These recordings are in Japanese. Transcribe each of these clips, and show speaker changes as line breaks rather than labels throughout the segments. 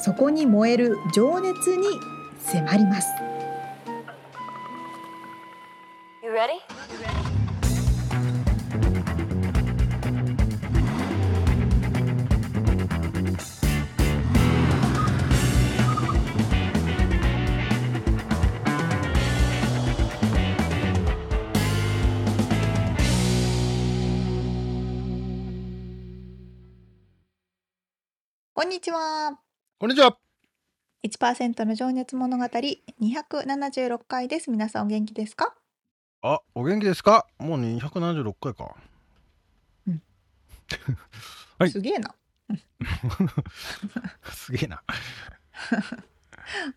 そこに燃える情熱に迫ります
You ready?
こんにちは
こんにちは。
1%の情熱物語276回です皆さんお元気ですか
あ、お元気ですか。もう二百七十六回か。 はい
すげえな
すげえな。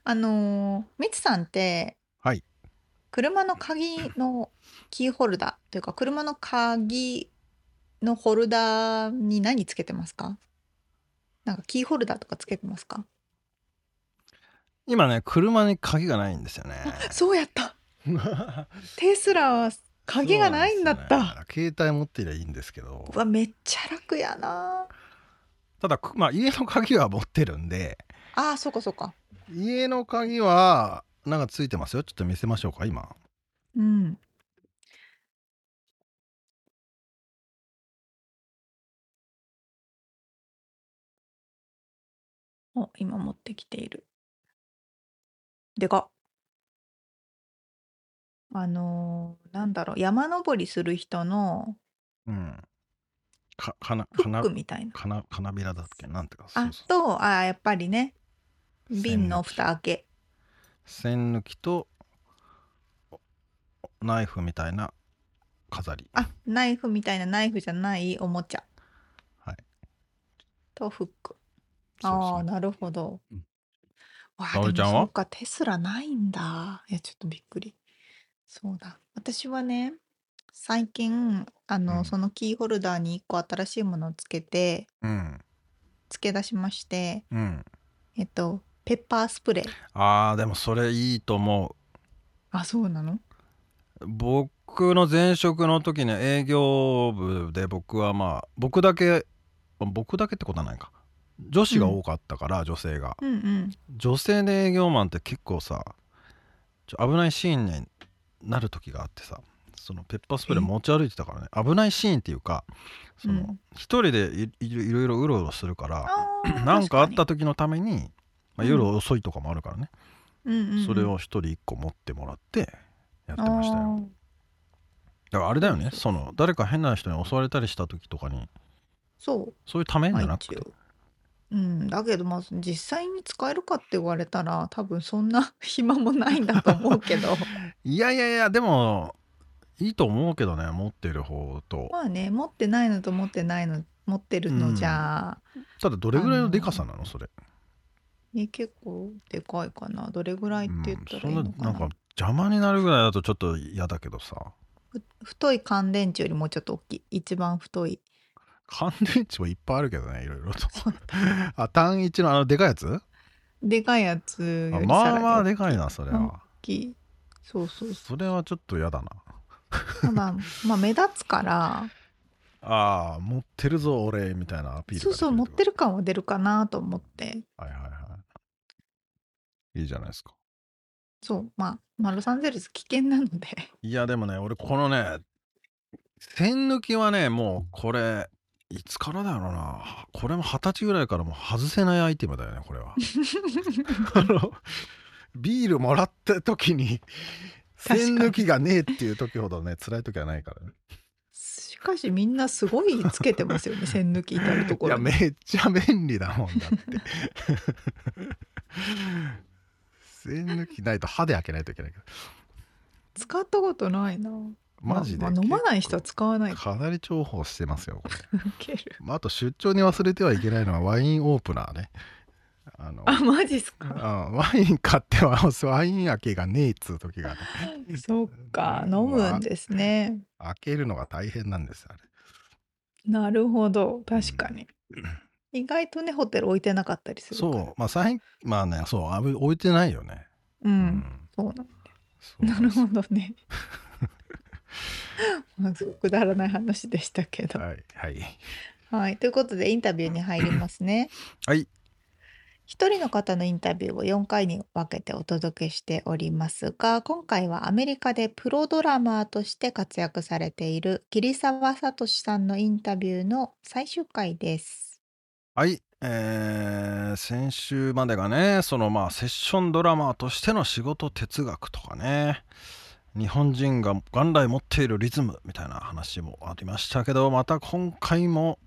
あのー、みつさんって、
はい
車の鍵のキーホルダーというか車の鍵のホルダーに何つけてますかなんかキーホルダーとかつけてますか
今ね、車に鍵がないんですよね。
そうやったテスラは鍵がないんだっ
そう
た、
なんですよね携帯持ってりゃいいんですけど
う。わめっちゃ楽やな
ただ、くまあ、家の鍵は持ってるんで。
あーそうかそうか
家の鍵は。なんかついてますよ。ちょっと見せましょうか。今。
うんお今持ってきているでかっあのーなんだろう山登りする人の
うん。か、かな、
フ
かな
ック。みたいな
かな、かなびらだっけ、なんていうか。
あ
そうそう
とあーやっぱりね瓶の蓋開け
栓抜きと。おナイフみたいな。飾り。
あナイフみたいなナイフじゃないおもちゃ
はい
とフック
そうそう
ああなるほど。
うん
わあ
沙
で
織ちゃ
も
ん
そ
は
うかテスラないんだ。いやちょっとびっくり。そうだ。私はね最近あの、
うん
そのキーホルダーに一個新しいものをつけて
うん。
付け出しまして
うん。
えっとペッパースプレー。
あーでもそれいいと思
あそうなの？
う僕の前職の時に営業部で僕はまあ僕だけ僕だけってことはないか女子が多かったから、女性が
うんうん。
女性で営業マンって結構さちょ危ないシーンになる時があってさそのペッパースプレー
え
持ち歩いてたからね危ないシーンっていうかその、
うん
一人でいいいろいろうろうろするから
あー
なんかあっ
確
た時のために、まあ、
うん
夜遅いとかもあるからね、
にうんうんうん
それを一人一個持ってもらってやってましたよ。
あー
だからあれだよねその誰か変な人に襲われたりした時とかに
そう。
そういうためじ
まあ
ゃなく
一
て
応うん、だけどまあ実際に使えるかって言われたら多分そんな 暇もないんだと思うけ ど
いやいやいやでもいいと思うけどね持ってる方と
まあね持ってないのと持ってないの持ってるのじゃ、
ただどれぐらいのでかさなのそれ、
ね、結構でかいかなどれぐらいっ
う
て言
ん
った
そ
らい
ん
い
なな
の
ん
かな,、
か邪魔になるぐらいだとちょっと嫌だけどさ
ふ太い乾電池よりもうちょっと大きい一番太い
乾電池もいっぱいあるけどねいろいろと
そう
あ単一のあのでかいやつあ
でかいやつよりさ
ま
ら
あ
に
まあ
大
でかいなそれ
うん
は
きいそうそうそ
それはちょっと嫌だな
うた だまあ目立つから
ああ持ってるぞ俺みたいなアピール
そうそう持って
る
る感は出るかなと思って
はいはいはいいいじゃないですか
そうまあ、まあ、ロサンゼルス危険なので
いやでもね俺このね栓抜きはねもうこれいつからだろうなこれも二十歳ぐらいからもう外せないアイテムだよねこれ はあのビールもらった時に
確かに
栓抜きがねえっていう時ほどね辛い時はないからね
しかしみんなすごいつけてますよ ね栓抜き至るとこ
い
ろ
や
に
めっちゃ便利だもんだ って栓抜きないと歯で開けないといけないけど
使ったことないな
マジで、
まあまあ飲まない人は
結
使わない
構かなり重宝してますよこれ
け る
まあ、あと出張に忘れてはいけないのはワインオープナーね。あの
あマジっすか
うんワイン買ってはワイン開けがねえっつう時があって
そっか飲むんですね
開けるのが大変なんですあれ
なるほど確かに意外とねホテル置いてなかったりするから
そうまあ最近まあねそうあぶ置いてないよね
う、
うん
そうな
そう
なるほどね まあくだらない話でしたけど
はいはい
はい、ということでインタビューに入りますね。
はい。
一人の方のインタビューを4回に分けてお届けしておりますが、今回はアメリカでプロドラマーとして活躍されている桐沢聡さんのインタビューの最終回です。
はい、えー先週までがねそのまあセッションドラマーとしての仕事哲学とかね日本人が元来持っているリズムみたいな話もありましたけどまた今回も、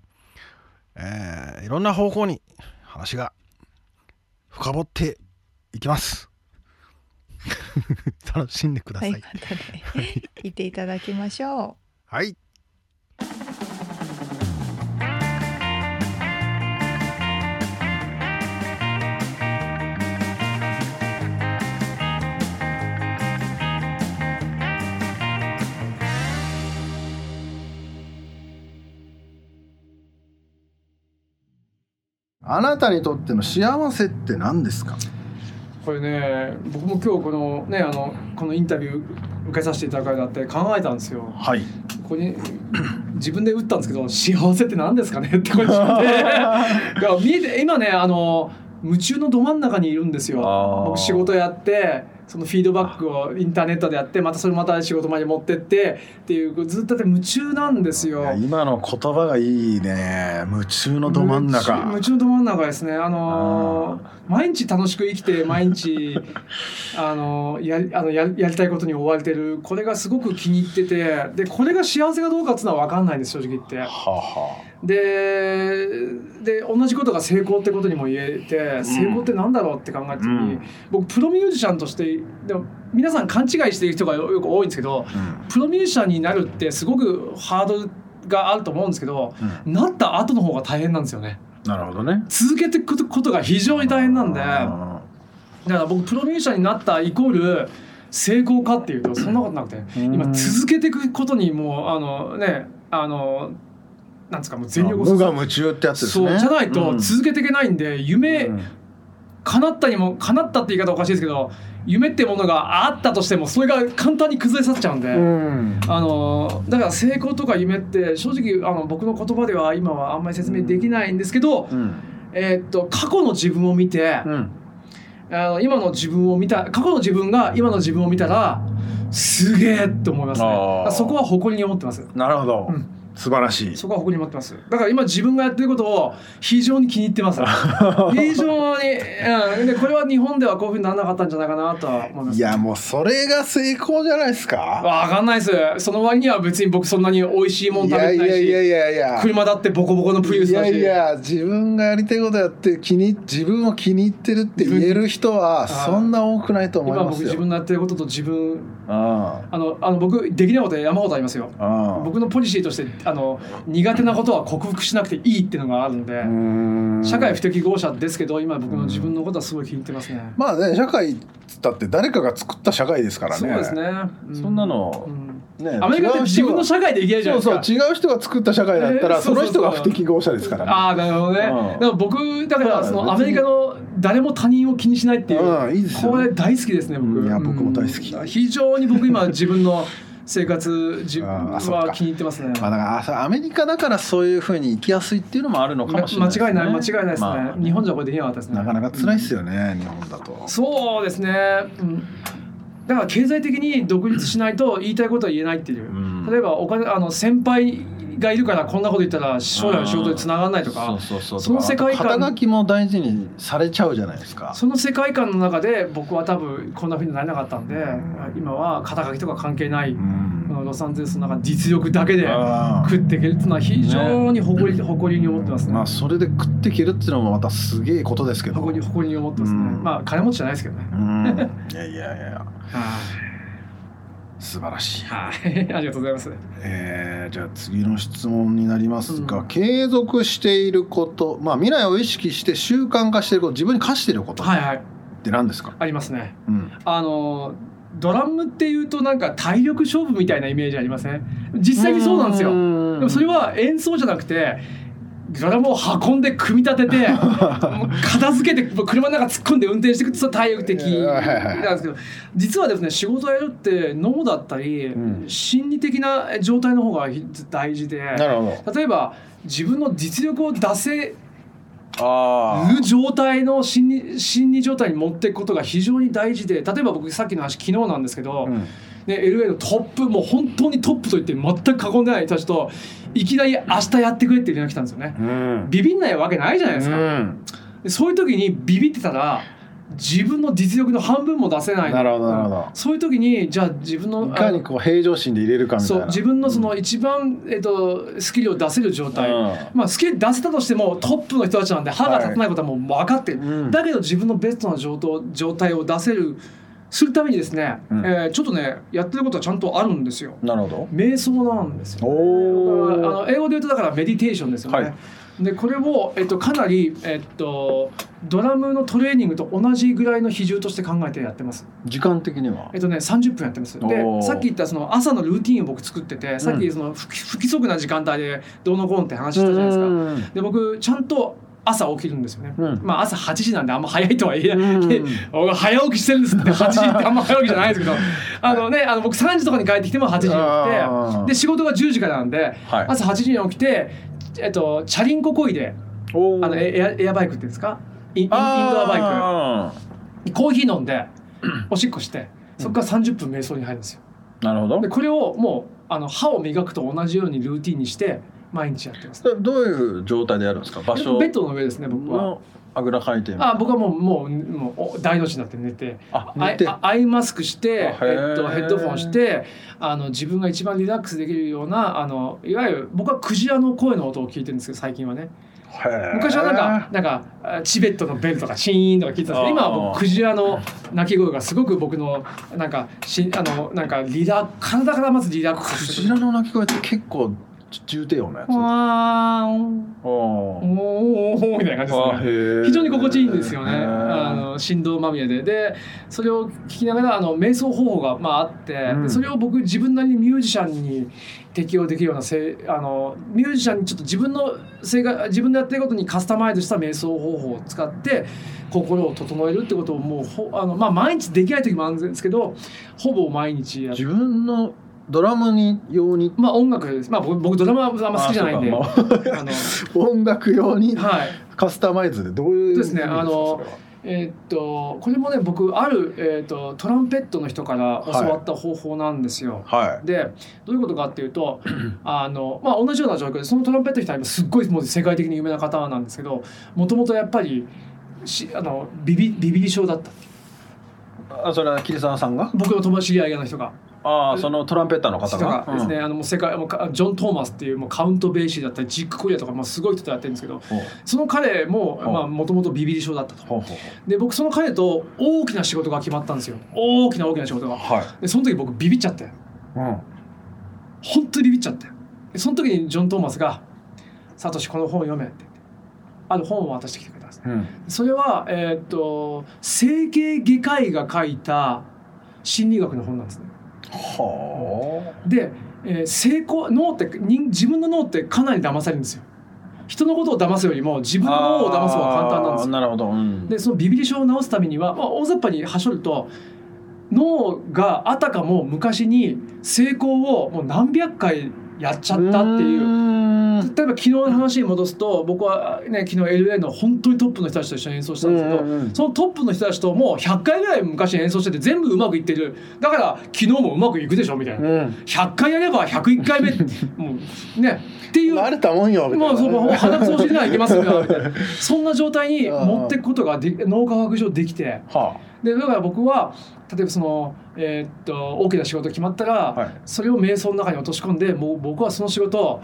えーいろんな方向に話が深掘っていきます 楽しんでくだ
は
さ
い、
い
またね、聞いていただきましょ
はい、あなたにとっての幸せって何ですか
これね僕も今日このねあのこのインタビュー受けさせていただくようになって考えたんですよ
はい
ここに自分で打ったんですけど「幸せって何ですかね?」ってこ れ聞いてが見えて今ねあの夢中のど真ん中にいるんです
あー
よ僕仕事やってそのフィードバックをインターネットでやってまたそれまた仕事まで持ってってっていうずっとだって夢中なんですよ
いや今の言葉がいいね夢中のど真ん中
夢中のど真ん中ですねあのー毎日楽しく生きて毎日 あのーやりあのややりたいことに追われてるこれがすごく気に入っててでこれが幸せかどうかっていうのは分かんないんです正直言って
はあは
でで同じことが成功ってことにも言えて成功ってなんだろうって考えた時に、
うん
僕プロミュージシャンとしてでも皆さん勘違いしている人がよく多いんですけど
あ
プロミュージシャンになるってすごくハードルがあると思うんですけど
うん、
なった後の方が大変なんですよね。
うん、なるほどね
続けていくことが非常に大変なんでだか
あ
ら僕プロミュージシャンになったイコール成功かっていうとそんなことなくて
ー
今続けていくことにもうあのねあのなんですかもう全力を
無我夢中ってやつですね
そうじゃないと
うん
続けていけないんで夢
うん
叶ったにも叶ったって言い方おかしいですけど夢ってものがあったとしてもそれが簡単に崩れ去っちゃうんで。
うん
あのだから成功とか夢って正直あの僕の言葉では今はあんまり説明できないんですけど、
うん
えーっと過去の自分を見て、
うん
あの今の自分を見た過去の自分が今の自分を見たらすげえって思いますね
あー
だからそこは誇りに思ってます
なるほど、
うん
素晴らしい
そこは誇りに思ってますだから今自分がやってることを非常に気に入ってます 非常に、うん、でこれは日本ではこういうふうにならなかったんじゃないかなとは思います
いやもうそれが成功じゃないですか
わかんないですその割には別に僕そんなに美味しいもん
い
食べ
や
て
い
ない
やいや
し
いやいや
車だってボコボコのプリウ
い
スだ
や
し
いや自分がやりたいことやって気に自分を気に入ってるって言える人は
自分
そんな多くないと思い
今
ま
僕
す
自
よ。
分のやってることと自分
あ
あのあの僕できないこと山ほどありますよ
あああ
僕のポリシーとしてあの苦手なことは克服しなくていいっていうのがあるんで、
うーん
社会不適合者ですけど今僕の自分のことはすごい気に入ってますね、
まあね社会っつったって誰かが作った社会ですからね。
そうですね、う
そんなの
うん
ね
アメリカって自分の社会でいけないじゃな
そ
いうです
そう
か
違う人が作った社会だった
え
ら
ーそ
そ
そう
うの
そう
人が不適合者ですからね。
ああなるほどね、
うん
でも僕だからそ
そう
の
だ
ア
ね
メリカの誰も他人を気にしないっていう、
うんいいですよ
これ大好きですね僕、
うんいや僕も大好き
うん非常に僕今自分の生活自分
あーそっ
は
か
気に入ってますね
まあだからあそうアメリカだからそういうふうに生きやすいっていうのもあるのかもしれないですね、
間違いない間違いないですね、
まあ
日本じゃこれできなかったですね
なかなか辛いですよね日本だと。
そうですね、うん、だから経済的に独立しないと言いたいことは言えないっていう、
うん
例えばお金あの先輩がいるからこんなこと言ったら将来の仕事につながらないと
そ
か
うそうそう
その世界観
あと肩書きも大事にされちゃうじゃないですか。
その世界観の中で僕は多分こんなふうになれなかったんで今は肩書きとか関係ないうこ
ん
のロサンゼルスの中実力だけで
あ
食っていけるっていうのは非常に誇り,、誇りに思ってます
ー
ね、
まあそれで食っていけるっていうのもまたすげえことですけど。
誇り誇りに思ってますね、
うん
まあ金持ちじゃないですけどね
うんいやいやいや。
はい
素晴らしい。
はい、ありがとうございます。
えーじゃあ次の質問になりますが、
うん
継続していること、まあ、未来を意識して習慣化していること自分に課していること
は
っ
いはい、
て何ですか、
ありますね。
うん
あのドラムっていうとなんか体力勝負みたいなイメージありません実際にそうなんですよ。でもそれは演奏じゃなくてドラムを運んで組み立て てもう片付けて車の中突っ込んで運転していくってそれ体力的なんですけど実はですね仕事をやるって脳だったり、
うん
心理的な状態の方が大事で
なるほ
例えば自分の実力を出せ
どあ
る状態の心理心理状態に持っていくことが非常に大事で例えば僕さっきの話昨日なんですけど、
ーうん
ね、LA のトップもう本当にトップと言って全く過言でない人たちといきなり明日やってくれって連絡来たんですよね。
うん
ビビんないわけないじゃないですか、
うん
でそういう時にビビってたら自分の実力の半分も出せない
なるほどなるほど
そういう時にじゃあ自分の
いかにこう平常心で入れるかみたいな
そう自分のその一番、えっと、スキルを出せる状態、
う
まあ、スキル出せたとしてもトップの人たちなんで歯が立たないことはもう分かってる、
んうん
だけど自分のベストな状態状態を出せるするためにですね、
うん
えーちょっとねやってることはちゃんとあるんですよ。
なるほど
瞑想なんですよ、
おー
だからあの英語で言うとだからメディテーションですよね。
はい
でこれを、えっと、かなり、えっと、ドラムのトレーニングと同じぐらいの比重として考えてやってます。
時間的には
えっとね、30分やってますで
おー
さっき言ったその朝のルーティンを僕作っててさっきその不規不規則な時間帯でどうのこうのって話したじゃないですか。で僕ちゃんと朝起きるんですよね、
うん
まあ朝8時なんであんま早いとは言えない、
うん
俺早起きしてるんですって8時ってあんま早起きじゃないですけどあのねあの僕3時とかに帰ってきても8時に起き
あー
てで仕事が10時からなんで
はい
朝8時に起きて、えっと、チャリンコこいで
お
あのエエアエアバイクっていうんですかインインインドアバ
バイ
イクコーヒー飲ん でおしっこしてそこから30分瞑想に入るんですよ
クなるほど
でこれをもうあの歯を磨くと同じようにルーティンにして毎日やってます
でどういう状態でやるんですか場所
ベッドの上ですね僕は。
のあぐらかいてみ
あ僕はもうもうもうお大の字になって寝て
あ
ア
寝
イ
て
あアイマスクして、
あへー
えっと、ヘッドフォンしてあの自分が一番リラックスできるようなあのいわゆる僕はクジラの声の音を聞いてるんですけど最近はね昔はなんかなんかあチベットのベルとかチーンとか聞いてたんですけど今は
あ
僕
ー
クジラの鳴き声がすごく僕のなんかしあのなんかリラ体からまずリラック
ク
スす
ジ
る。
ラの鳴き声って結構重低音のやつ
わーん
お
おーおーおーみたいな感じですね。非常に心地いいんですよね、あの振動まみれででそれを聞きながらあの瞑想方法が、まあ、あって、で
うん
それを僕自分なりにミュージシャンに適用できるようなせあのミュージシャンにちょっと自分の生活自分でやってることにカスタマイズした瞑想方法を使って心を整えるってことをもうほあの、まあ、毎日できない時もあるんですけどほぼ毎日やって
自分のドラムに用に
まあ音楽です、まあ、僕僕ドラマはあんま好きじゃないんで。
あ
あ
そうかま
の
あ音楽用に
はい
カスタマイズでどういう意味か
そうですねあのえーっとこれもね僕ある、えーっとトランペットの人から教わった方法なんですよ。
それははい
でどういうことかっていう とあの、まあ、同じような状況でそのトランペットの人は今すっごいもう世界的に有名な方なんですけどもともとやっぱりしあのビビビビり症だった
あそれは桐沢さんが
僕の友達知り合いの人が
ああそのトランペッターの方
人
が
がですね、あのもう世界もうかジョン・トーマスっていうもうカウント・ベイシーだったりジック・コリアとか、まあ、すごい人とやってるんですけど
うん
その彼も
うん
もともとビビり症だったと。
ほうほうほう
で僕その彼と大きな仕事が決まったんですよ大きな大きな仕事が。
はい
でその時僕ビビっちゃって
うん
本当にビビっちゃってでその時にジョン・トーマスが「サトシこの本読め」って言ってある本を渡してきてくれたんです
うん
それはえーっと整形外科医が書いた心理学の本なんですね
は
で、えー成功脳って人自分の脳ってかなり騙されるんですよ人のことを騙すよりも自
あ
分の脳を騙す方が簡単なんです
あ
よ
ーなるほどうん
でそのビビり症を治すためには、まあ、大雑把にはしょると脳があたかも昔に成功をもう何百回やっちゃったっていうう。
ーん
例えば昨日の話に戻すと僕はね昨日 LA の本当にトップの人たちと一緒に演奏したんですけど、
うんうんうん
そのトップの人たちともう100回ぐらい昔演奏してて全部うまくいってるだから昨日もうまくいくでしょみたいな、
うん
100回やれば101回目 もうねっていう
慣れたもんよみ
まあ、
たいな
そ
ね、
う鼻くそしではいけますよね みたいなそんな状態に
うん
持っていくことがで脳科学上できて
は
でだから僕は例えばその、えーっと大きな仕事決まったら、
はい
それを瞑想の中に落とし込んでもう僕はその仕事を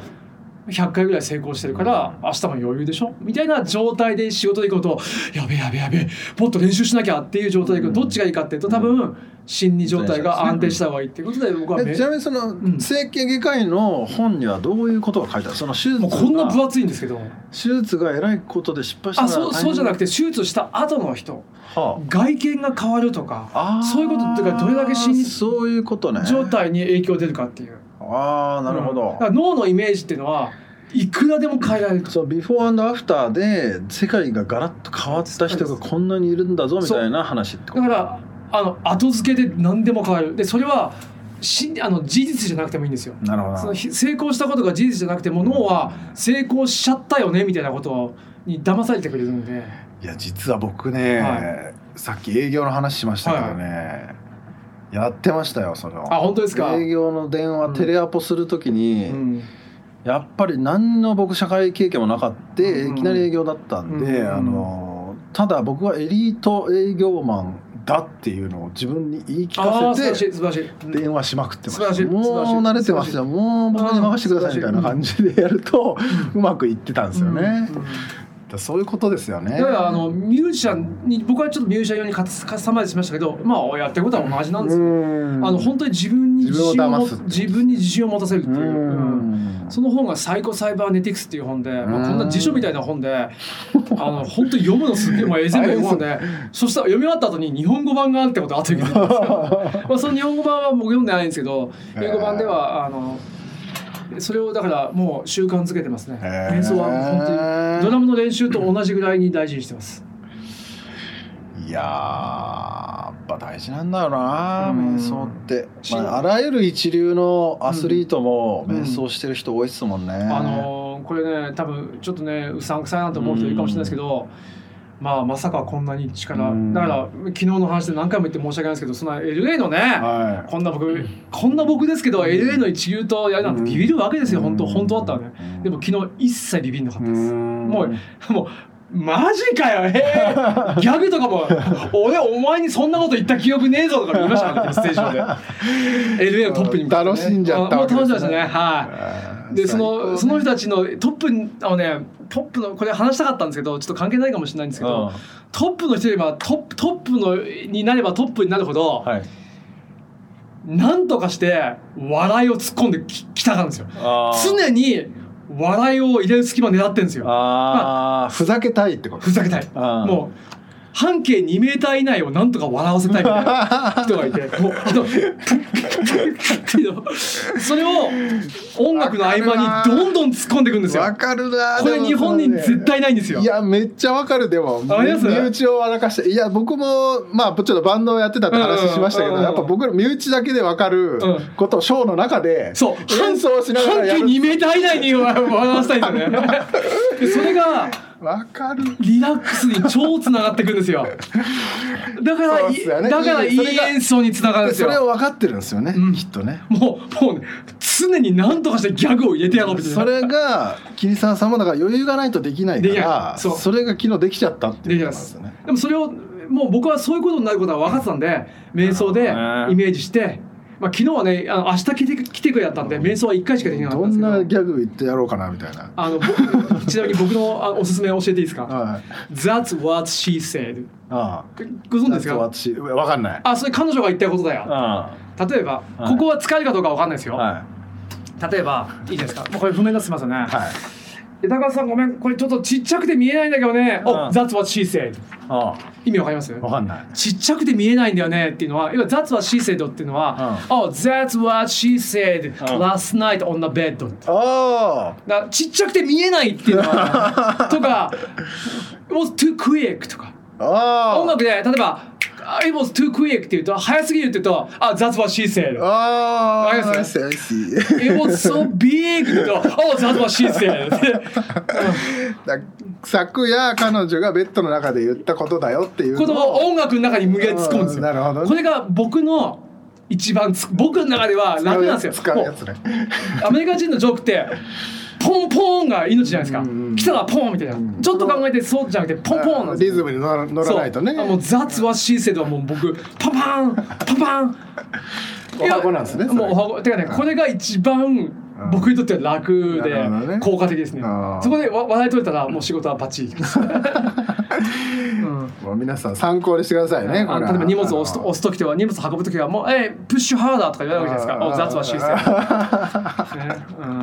100回ぐらい成功してるから明日も余裕でしょみたいな状態で仕事で行くのとやべえやべえやべえもっと練習しなきゃっていう状態で行くのどっちがいいかっていうと多分心理状態が安定した方がいいっていうことで僕はめ
えちなみにその
ん
整形外科医の本にはどういうことが書いてあるその手術
もうこんな分
が
厚いんですけど
手術がえらいことで失敗した
あそうそうじゃなく
て、
て手術した後の人
は
外見が変わるとか
あ、あー
そういうことっていうかどれだけ心理
そういうことね
状態に影響出るかっていう
ああなるほ
うんだ
ど
か、ら脳のイメージっていうのはいくらでも変えられる
そうビフォーアフターで世界がガラッと変わった人がこんなにいるんだぞみたいな話ってこと
だからあの後付けで何でも変わるでそれはしあの事実じゃなくてもいいんですよ
なるほ
そ
ど
のひ成功したことが事実じゃなくても脳は成功しちゃったよねみたいなことに騙されてくれるんで
いや実は僕ね、
は
さっき営業の話しましたけどね、やってましたよそれを
あ本当ですか、
営業の電話、
うん
テレアポする時に、
うん
やっぱり何の僕社会経験もなかった、
うん
いきなり営業だったんで、
うん
あのただ僕はエリート営業マンだっていうのを自分に言い聞
あ
か
ー素晴
せ
らしてい素晴らしい、うん
電話しまくってま
素晴ら
し
しい
たもう
素晴らしい
慣れてますよもう僕に任せてくださいみたいな感じでやるとうまくいってたんですよね、だ
うん
からそういうことですよね
だからあのミュージシャンに僕はちょっとミュージシャン用にカスカスタマイズしましたけどまあやってることは同じなんですよ、
うん
あの本当に自分に自信を
自
持
分を騙す
自分に自信を持たせるっていうう、うん
ん
その本が「サイコサイバーネティクス」っていう本で、ま
うん
あ、こんな辞書みたいな 本であの本当に読むのすっげえ、まあ、全部読む本でそしたら読み終わった後に日本語版があるってことは後で気づいたんですけ どまあその日本語版は僕読んでないんですけど英語版ではあのそれをだからもう習慣づけてますね
へー
演奏は本当にドラムの練習と同じぐらいに大事にしてます
いやーやっぱ大事なんだよな
うん
瞑想って、
し
まあ、あらゆる一流のアスリートも
うん
瞑想してる人多いっすもんね、
あのこれね多分ちょっとねうさんくさいなと思う人いるかもしれないですけど、まあまさかこんなに力、
うん
だから昨日の話で何回も言って申し訳ないですけどそんな LA のね、
は
こんな僕こんな僕ですけど LA の一流とやるなんてビビるわけですよ、
うん
本当本当だったらね
い
でも昨日一切ビビんなかったです、も
も
うもうマジかよへ えギャグとかも「俺お前にそんなこと言った記憶ねえぞ」とか言いましたからねステージ上で LA のトップに向かってね
楽しんじゃったわ
あもう
けですね
楽しんじゃいましたねはい、でそのその人
た
たちのトップにあのねトップのこれ話したかったんですけどちょっと関係ないかもしれないんですけど、トップの人よりはトップトップのになればトップになるほど、
はい、
なんとかして笑いを突っ込んでききたかんですよ
あー
常に笑いを入れる隙間狙ってるんですよ
あー、ふざけたいってこと
ふざけたい
あー
もう半径2メーター以内をなんとか笑わせたいみたい な人がいてもうあの プップップップップッそれを音楽の合間にどんどん突っ込んでいくんですよ
わかるな
これ日本に絶対ないんですよ
いやめっちゃわかるでも
あります
身内を笑かしていや僕もまあちょっとバンドをやってたって話しましたけど、
うんうん
やっぱ僕ら身内だけでわかる
うん
ことをショーの中で
そう
演奏しながらや
半
る
径2メーター以内に笑わせたいんです よねでそれが
わかる
リラックスに超つながっていくんですよ。だか
そ
ら、
うっすよね
だからい
いいそれ
い
が
演奏につながるん
で
です
それ
よ。
を分かってるんですよね、
うん
きっとね
もうもうね常に何とかしてギャグを入れてやろうみたいな。
それが桐沢さんもだから余裕がないとできないか
できな
ら
いそ
そうれが昨日できちゃったっていうことなんですよね
でもそれをもう僕はそういうことになることは分かってたんで瞑想でイメージして、まあ昨日はねあの明日来て来てくれやったんで瞑想は一回しかできなかった
ど
んです
ん
けど。
なギャグ言ってやろうかなみたいな、
あの僕 ちなみに僕のあおすすめ教えていいですか
はい、
?That's what she said
ああ
ご存知ですか
私わかんない
あそれ彼女が言ったことだよ
あ
例えば、
はい
ここは使えるかどうか分かんないですよ、
あはい
例えばいいですかもうこれ譜面出しますよね、
はい
江田川さんごめんこれちょっとちっちゃくて見えないんだけどね、
うん
お That's what she said
あ
意味わかります
あわかんない
ちっちゃくて見えないんだよねっていうのは今 That's what she said っていうのは、Oh that's what she said
うん
last night on the bed
あ
だからちっちゃくて見えないっていうの はとか It was too quick とか
あああ
音楽で例えば It was too quick っていうと早すぎるっていうとあ That's what she said
ああ
わかります
I see, I see.
It was so big っていうと Oh that's what she said
だ昨夜彼女がベッドの中で言ったことだよっていう
言葉
の
を音楽の中に無限突っ込むんです
うんな
よ。
るほどね
これが僕の一番つ僕の中では楽なんですよ。
使うや
も
つね
うアメリカ人のジョークってポンポーンが命じゃないですか。来たらポンみたいな。ちょっと考えてそうじゃなくてポンポーンなんです
リ
よ。
ズムに乗ら乗らないとね
そうあもう雑はシーセドはもう僕パパーンパパーン。
おはこなんですね
もうお
それ
はこ。てかねこれが一番
うん
僕にとっては楽
な
で
るほどね
効果的ですね
あー
そこでわ笑い取れたらもう仕事はバッチリ、うん
もう皆さん参考にしてくださいね。こ
あ
れ
の
は
例えば荷物を押すと押す時とか荷物運ぶ時はもう「えいプッシュハーダー」とか言われるわけじゃないですか「お雑は修正
あ」
ねうん
ー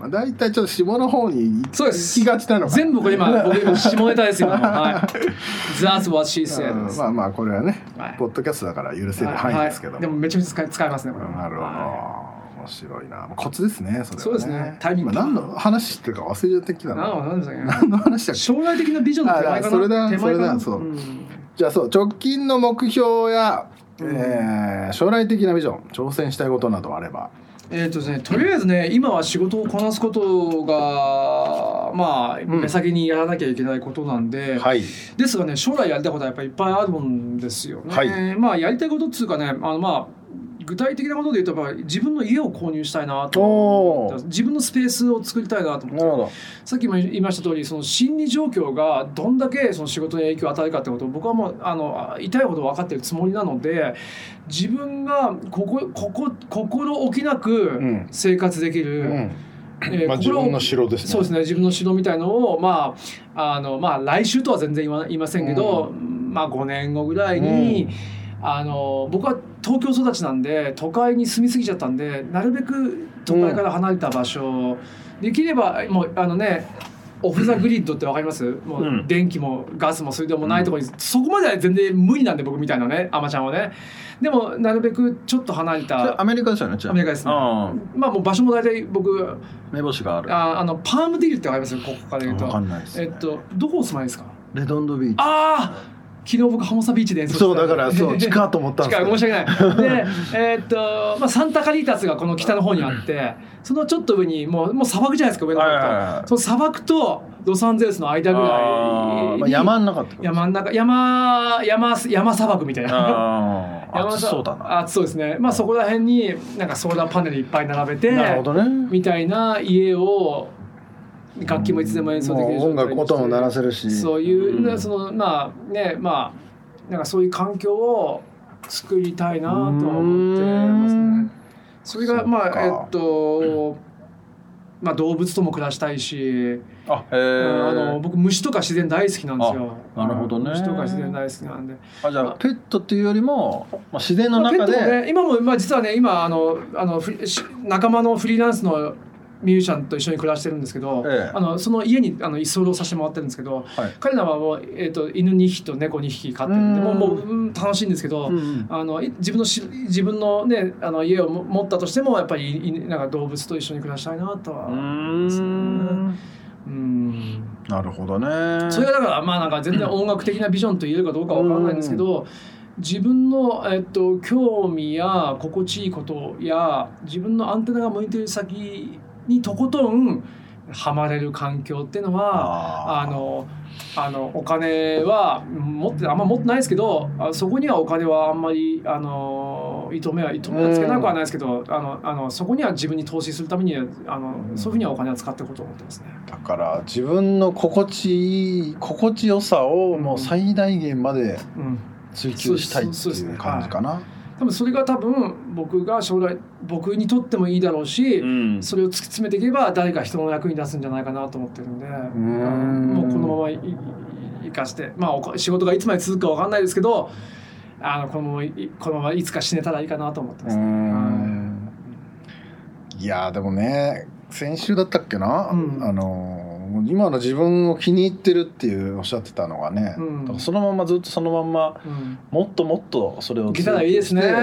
まあ大体ちょっと下の方に行
そうです
きがちなのかな
全部これ 今僕今下ネタですよもうはい「雑は修正」
うん
です
まあまあこれはね、
はい
ポッドキャストだから許せる範囲ですけど、
はいでもめちゃめちゃ使い使いますねこれは
なるほど、
は
面白いなコツですねそれはね
そうですねタイミング
今何の話してるか忘れちゃってきた
いなる
な
ほどなんですかね
何の話だっけ
将来的なビジョンの手前かな
あそれだ
手前かな
それだそうんじゃあそう直近の目標や、
うん
えー将来的なビジョン挑戦したいことなどあれば
えーとですね、とりあえずね今は仕事をこなすことがまあ
ん
目先にやらなきゃいけないことなんで、
はい
ですがね将来やりたいことはやっぱりいっぱいあるんですよね。
はい
まあやりたいことっつうかねあのまあ具体的なことで言うとやっぱり自分の家を購入したいな
お
と
ー
自分のスペースを作りたいなと思って
ほど
さっきも言いました通りその心理状況がどんだけその仕事に影響を与えるかってことを僕はもうあの痛いほど分かってるつもりなので自分がここここ心置きなく
ん
生活できる、えー心置き
城で
そうですね自分の指導みたいのをまああのまあ来週とは全然言わ言いませんけど、まあ5年後ぐらいに、
うん
あの僕は東京育ちなんで都会に住み過ぎちゃったんでなるべく都会から離れた場所、できればもうあのねオフ・ザ・グリッドってわかりますも
う
うん電気もガスも水道もないところに、そこまでは全然無理なんで僕みたいなねあまちゃんはねでもなるべくちょっと離れた
アメリカですよねじゃ
ア
あ
メリカですね
あ
まあもう場所も大体僕
あ目星がある
ああのパームディールってわかりますここから言う
わか
と。
んないです、
え
ね
っと、どこお住まいですか
レドンドビーチ
ああ昨日僕ハモサビーチで演奏してた
そうだから そう近いと思ったんです
近
け
い
ど
申し訳ない。で、えーっと、まあ、サンタカリータスがこの北の方にあって、そのちょっと上に、もう、もう砂漠じゃないですか、上の
はいはい
方と。
はい
その砂漠とロサンゼルスの間ぐらい
まあ
に。
山の中ってことですね
山の中、山、山、山砂漠みたいな。
あ あ
山
暑
砂
そうだな。
暑そうですね。まあ、そこら辺に、なんかソーラーパネルいっぱい並べて。
なるほどね
みたいな家を。楽器もいつでも演奏できる
もう音楽音も鳴らせるし
そういう、
うん
そのまあねまあなんかそういう環境を作りたいなとは思ってま
う
すね
ん。
それが
そっか
まあえっと、まあ動物とも暮らしたいし、
あへえ
あの僕虫とか自然大好きなんですよ。
なるほどね。
虫とか自然大好きなんで。
あじゃあペットっていうよりも、まあ、自然の中
まあペットも
で。
ね、今もまあ実はね今あのあのフリし仲間のフリーランスのミュージシャンと一緒に暮らしてるんですけど、
ええ
あのその家にあの居候させてもらってるんですけど、
はい
彼らはもう、えー、と犬2匹と猫2匹飼ってるんで
うん
もうもう、うん楽しいんですけど、
うん
あのい自分のし自分の,、ね、あの家をも持ったとしてもやっぱりいなんか動物と一緒に暮らしたいなとは。
うーん
うん
なるほどね。
それがだからまあなんか全然音楽的なビジョンと言えるかどうかわからないんですけど、自分の、えっと、興味や心地いいことや自分のアンテナが向いてる先にとことんはまれる環境っていうのはあ
あー
のあのお金は持ってあんま持ってないですけどあそこにはお金はあんまりあの糸目は糸目はつけなくはないですけど、あのあのそこには自分に投資するためにあの、そういうふうにはお金は使っていこうと思ってますね。
だから自分の心地いい心地よさをもう最大限まで
うん
追求したいって
そうそうそう
い
ですね
う感じかな。
多分それが多分僕が将来僕にとってもいいだろうし、
うん
それを突き詰めていけば誰か人の役に立つんじゃないかなと思ってるんで
ん
もうこのままいい生かしてまあおこ仕事がいつまで続くかわかんないですけどあのこのままいこのままいつか死ねたらいいかなと思って
う
ます、ね
んいやーでもね先週だったっけな、
うん
あのー今の自分を気に入ってるっていうおっしゃってたのがね、
うん
だからそのままずっとそのまんま
うん
もっともっとそれを
いけたらいいですね、
続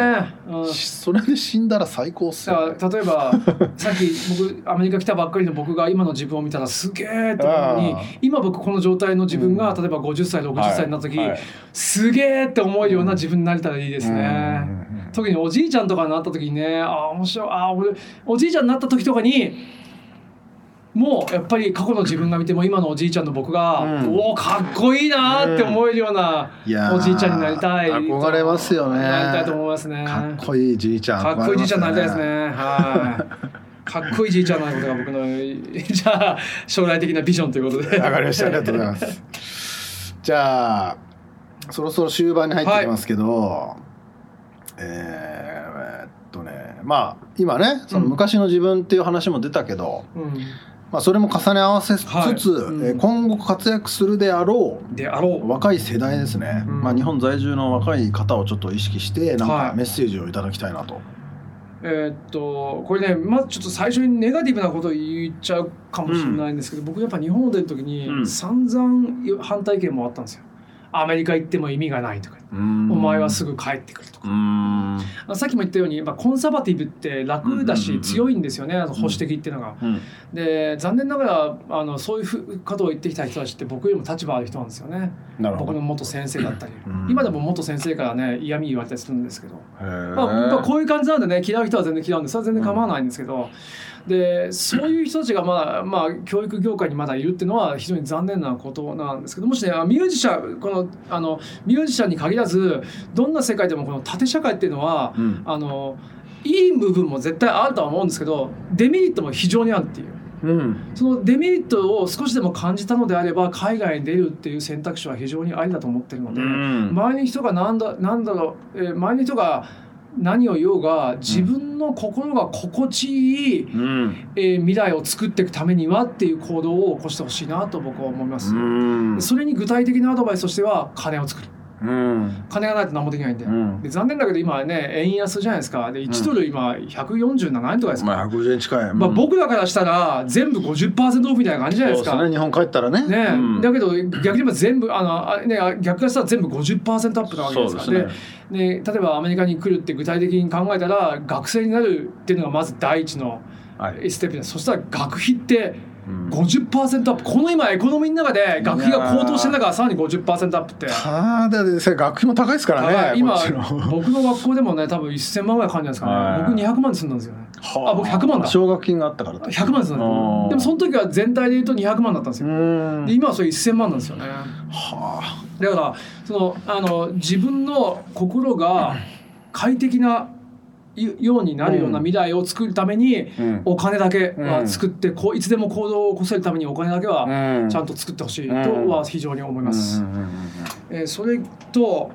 け
うん
しそれで死んだら最高っすよ、ね
だ。から例えばさっき僕アメリカ来たばっかりの僕が今の自分を見たらすげえと思うのに
あー
今僕この状態の自分が、
う
例えば50歳60歳になった時、
はいはい
すげえって思うような自分になれたらいいですね。
うんうんうん
特におじいちゃんとかになった時にねああ面白いああ俺おじいちゃんになった時とかにもうやっぱり過去の自分が見ても今のおじいちゃんの僕が、
うん
おおかっこいいなーって思えるような
やー
おじいちゃんになりたい
憧れますよね
なりたいと思いますね
かっこいいじいちゃん、
かっこいいじいちゃんになりたいですね
憧れ
はいかっこいいじいちゃんになることが僕の じゃあ将来的なビジョンということで
わかりま した。ありがとうございます。じゃあ、そろそろ終盤に入ってきますけど、えーえーっとね、
まあ今ねその昔の自分っていう話も出たけど、
うん
まあ、それも重ね合わせつつ、
はいうん
えー今後活躍するであろう
であろう
若い世代ですね、
うん
まあ、日本在住の若い方をちょっと意識してなん
は
か
い
メッセージをいただきたいなと、
えーっとこれねまずちょっと最初にネガティブなこと言っちゃうかもしれないんですけど、僕やっぱ日本を出る時
う
に
ん
散々反対意見もあったんですよ。アメリカ行っても意味がないとか、お前はすぐ帰ってくると
う
か、
ん
あさっきも言ったようにやっぱコンサバティブって楽だ
うんうん
し
うん
強いんですよね、あの保守的っていうのが。
うん
で残念ながらあのそういうふことを言ってきた人たちって僕よりも立場ある人なんですよね。
なるほ
僕
ど
の元先生だったり、
うん
今でも元先生からね嫌味言われたりするんですけど。
へー
まあ、まあこういう感じなんでね嫌う人は全然嫌うんでそれは全然構わないんですけど、でそういう人たちがまあ、まあ、教育業界にまだいるっていうのは非常に残念なことなんですけどもしねあミュージシャンこのあのミュージシャンに限らずどんな世界でもこの縦社会っていうのは
うん
あのいい部分も絶対あるとは思うんですけどデメリットも非常にあるっていう。
うん
そのデメリットを少しでも感じたのであれば海外に出るっていう選択肢は非常にありだと思ってるので、
うん
周りの人が何だ何だろう、えー周りの人が何を言おうが自分の心が心地いい、
うん
えー未来を作っていくためにはっていう行動を起こしてほしいなと僕は思います、
うん
それに具体的なアドバイスとしては金を作る
うん
金がないと何もできないんで,、
うん
で残念だけど今ね円安じゃないですかで1ドル今147円とかですか、
まあ150円近い、うん
まあ、僕らからしたら全部50%オフみたいな感じじゃないです
そう
か
ですね日本帰ったらね
ね
うん
だけど逆に言えば全部あのあ、ね、あ逆からしたら全部50%アップなわけですから
そうですね
でで例えばアメリカに来るって具体的に考えたら学生になるっていうのがまず第一の
はい
ステップですそしたら学費って
うん
50%アップこの今エコノミーの中で学費が高騰してる中さらに50%アップって。
ただでさえ学費も高いですからね、
はい今
こっちの
僕の学校でもね多分1000万ぐらいかかるんじゃないですかね
はい
僕200万で済んだんですよねあ僕100万だ
奨学金があったからと
100万で済んだんです
あー
でもその時は全体で言うと200万だったんです
う
よ
ん
で今はそれ1000万なんですよね
はあ
だからそのあの自分の心が快適なようになるような未来を作るために
うん
お金だけは作って、こういつでも行動を起こせるためにお金だけは
う
ちゃんと作ってほしいと
うん
は非常に思い
い
ます。えーそれと、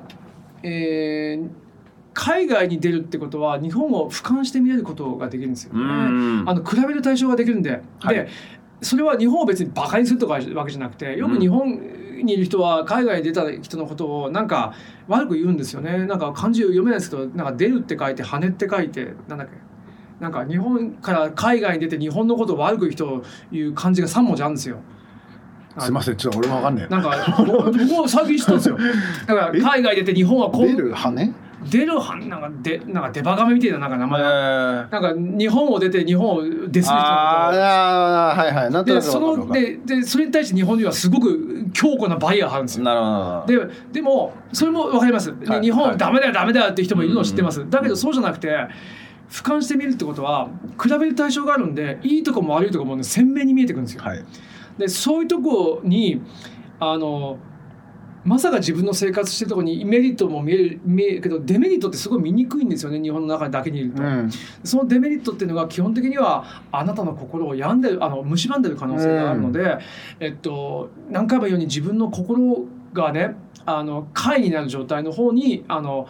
えー海外に出るってことは日本を俯瞰して見れることができるんですよね。あの比べる対象ができるんで、
はい
でそれは日本を別にバカにするとかわけじゃなくてよく日本にいる人は海外に出た人のことをなんか悪く言うんですよねなんか漢字読めないですけどなんか「出る」って書いて「羽って書いてなんだっけなんか日本から海外に出て日本のことを悪く言う人を言う漢字が3文字あるんですよ。
すいませんちょっと俺もわかんねえ
なんか僕僕も最近知ったんです よ。だから海外出て日本はこう
出る羽
出るはなんかでなんかデバガメみたいななんか名前がなんか日本を出て日本をディスる人のことを
あーあーはいはいなん
で
となくわ
そ
かるわ
の
かる
ででそれに対して日本人はすごく強固なバイアーがあるんですよ。
なるほどなるほど
ででもそれも分かります、で
はい
日本
は
はいダメだよダメだよって人もいるのを知ってます、
うんうん
だけどそうじゃなくて俯瞰してみるってことは比べる対象があるんでいいとこも悪いとこも、ね、鮮明に見えてくるんですよ。
はい
でそういうとこにあのまさか自分の生活してるとこにメリットも見える見えるけどデメリットってすごい見にくいんですよね日本の中だけにいると、
うん
そのデメリットっていうのが基本的にはあなたの心を病んでるあの蝕んでる可能性があるので、えっと、何回も言うように自分の心がねあの解になる状態の方にあの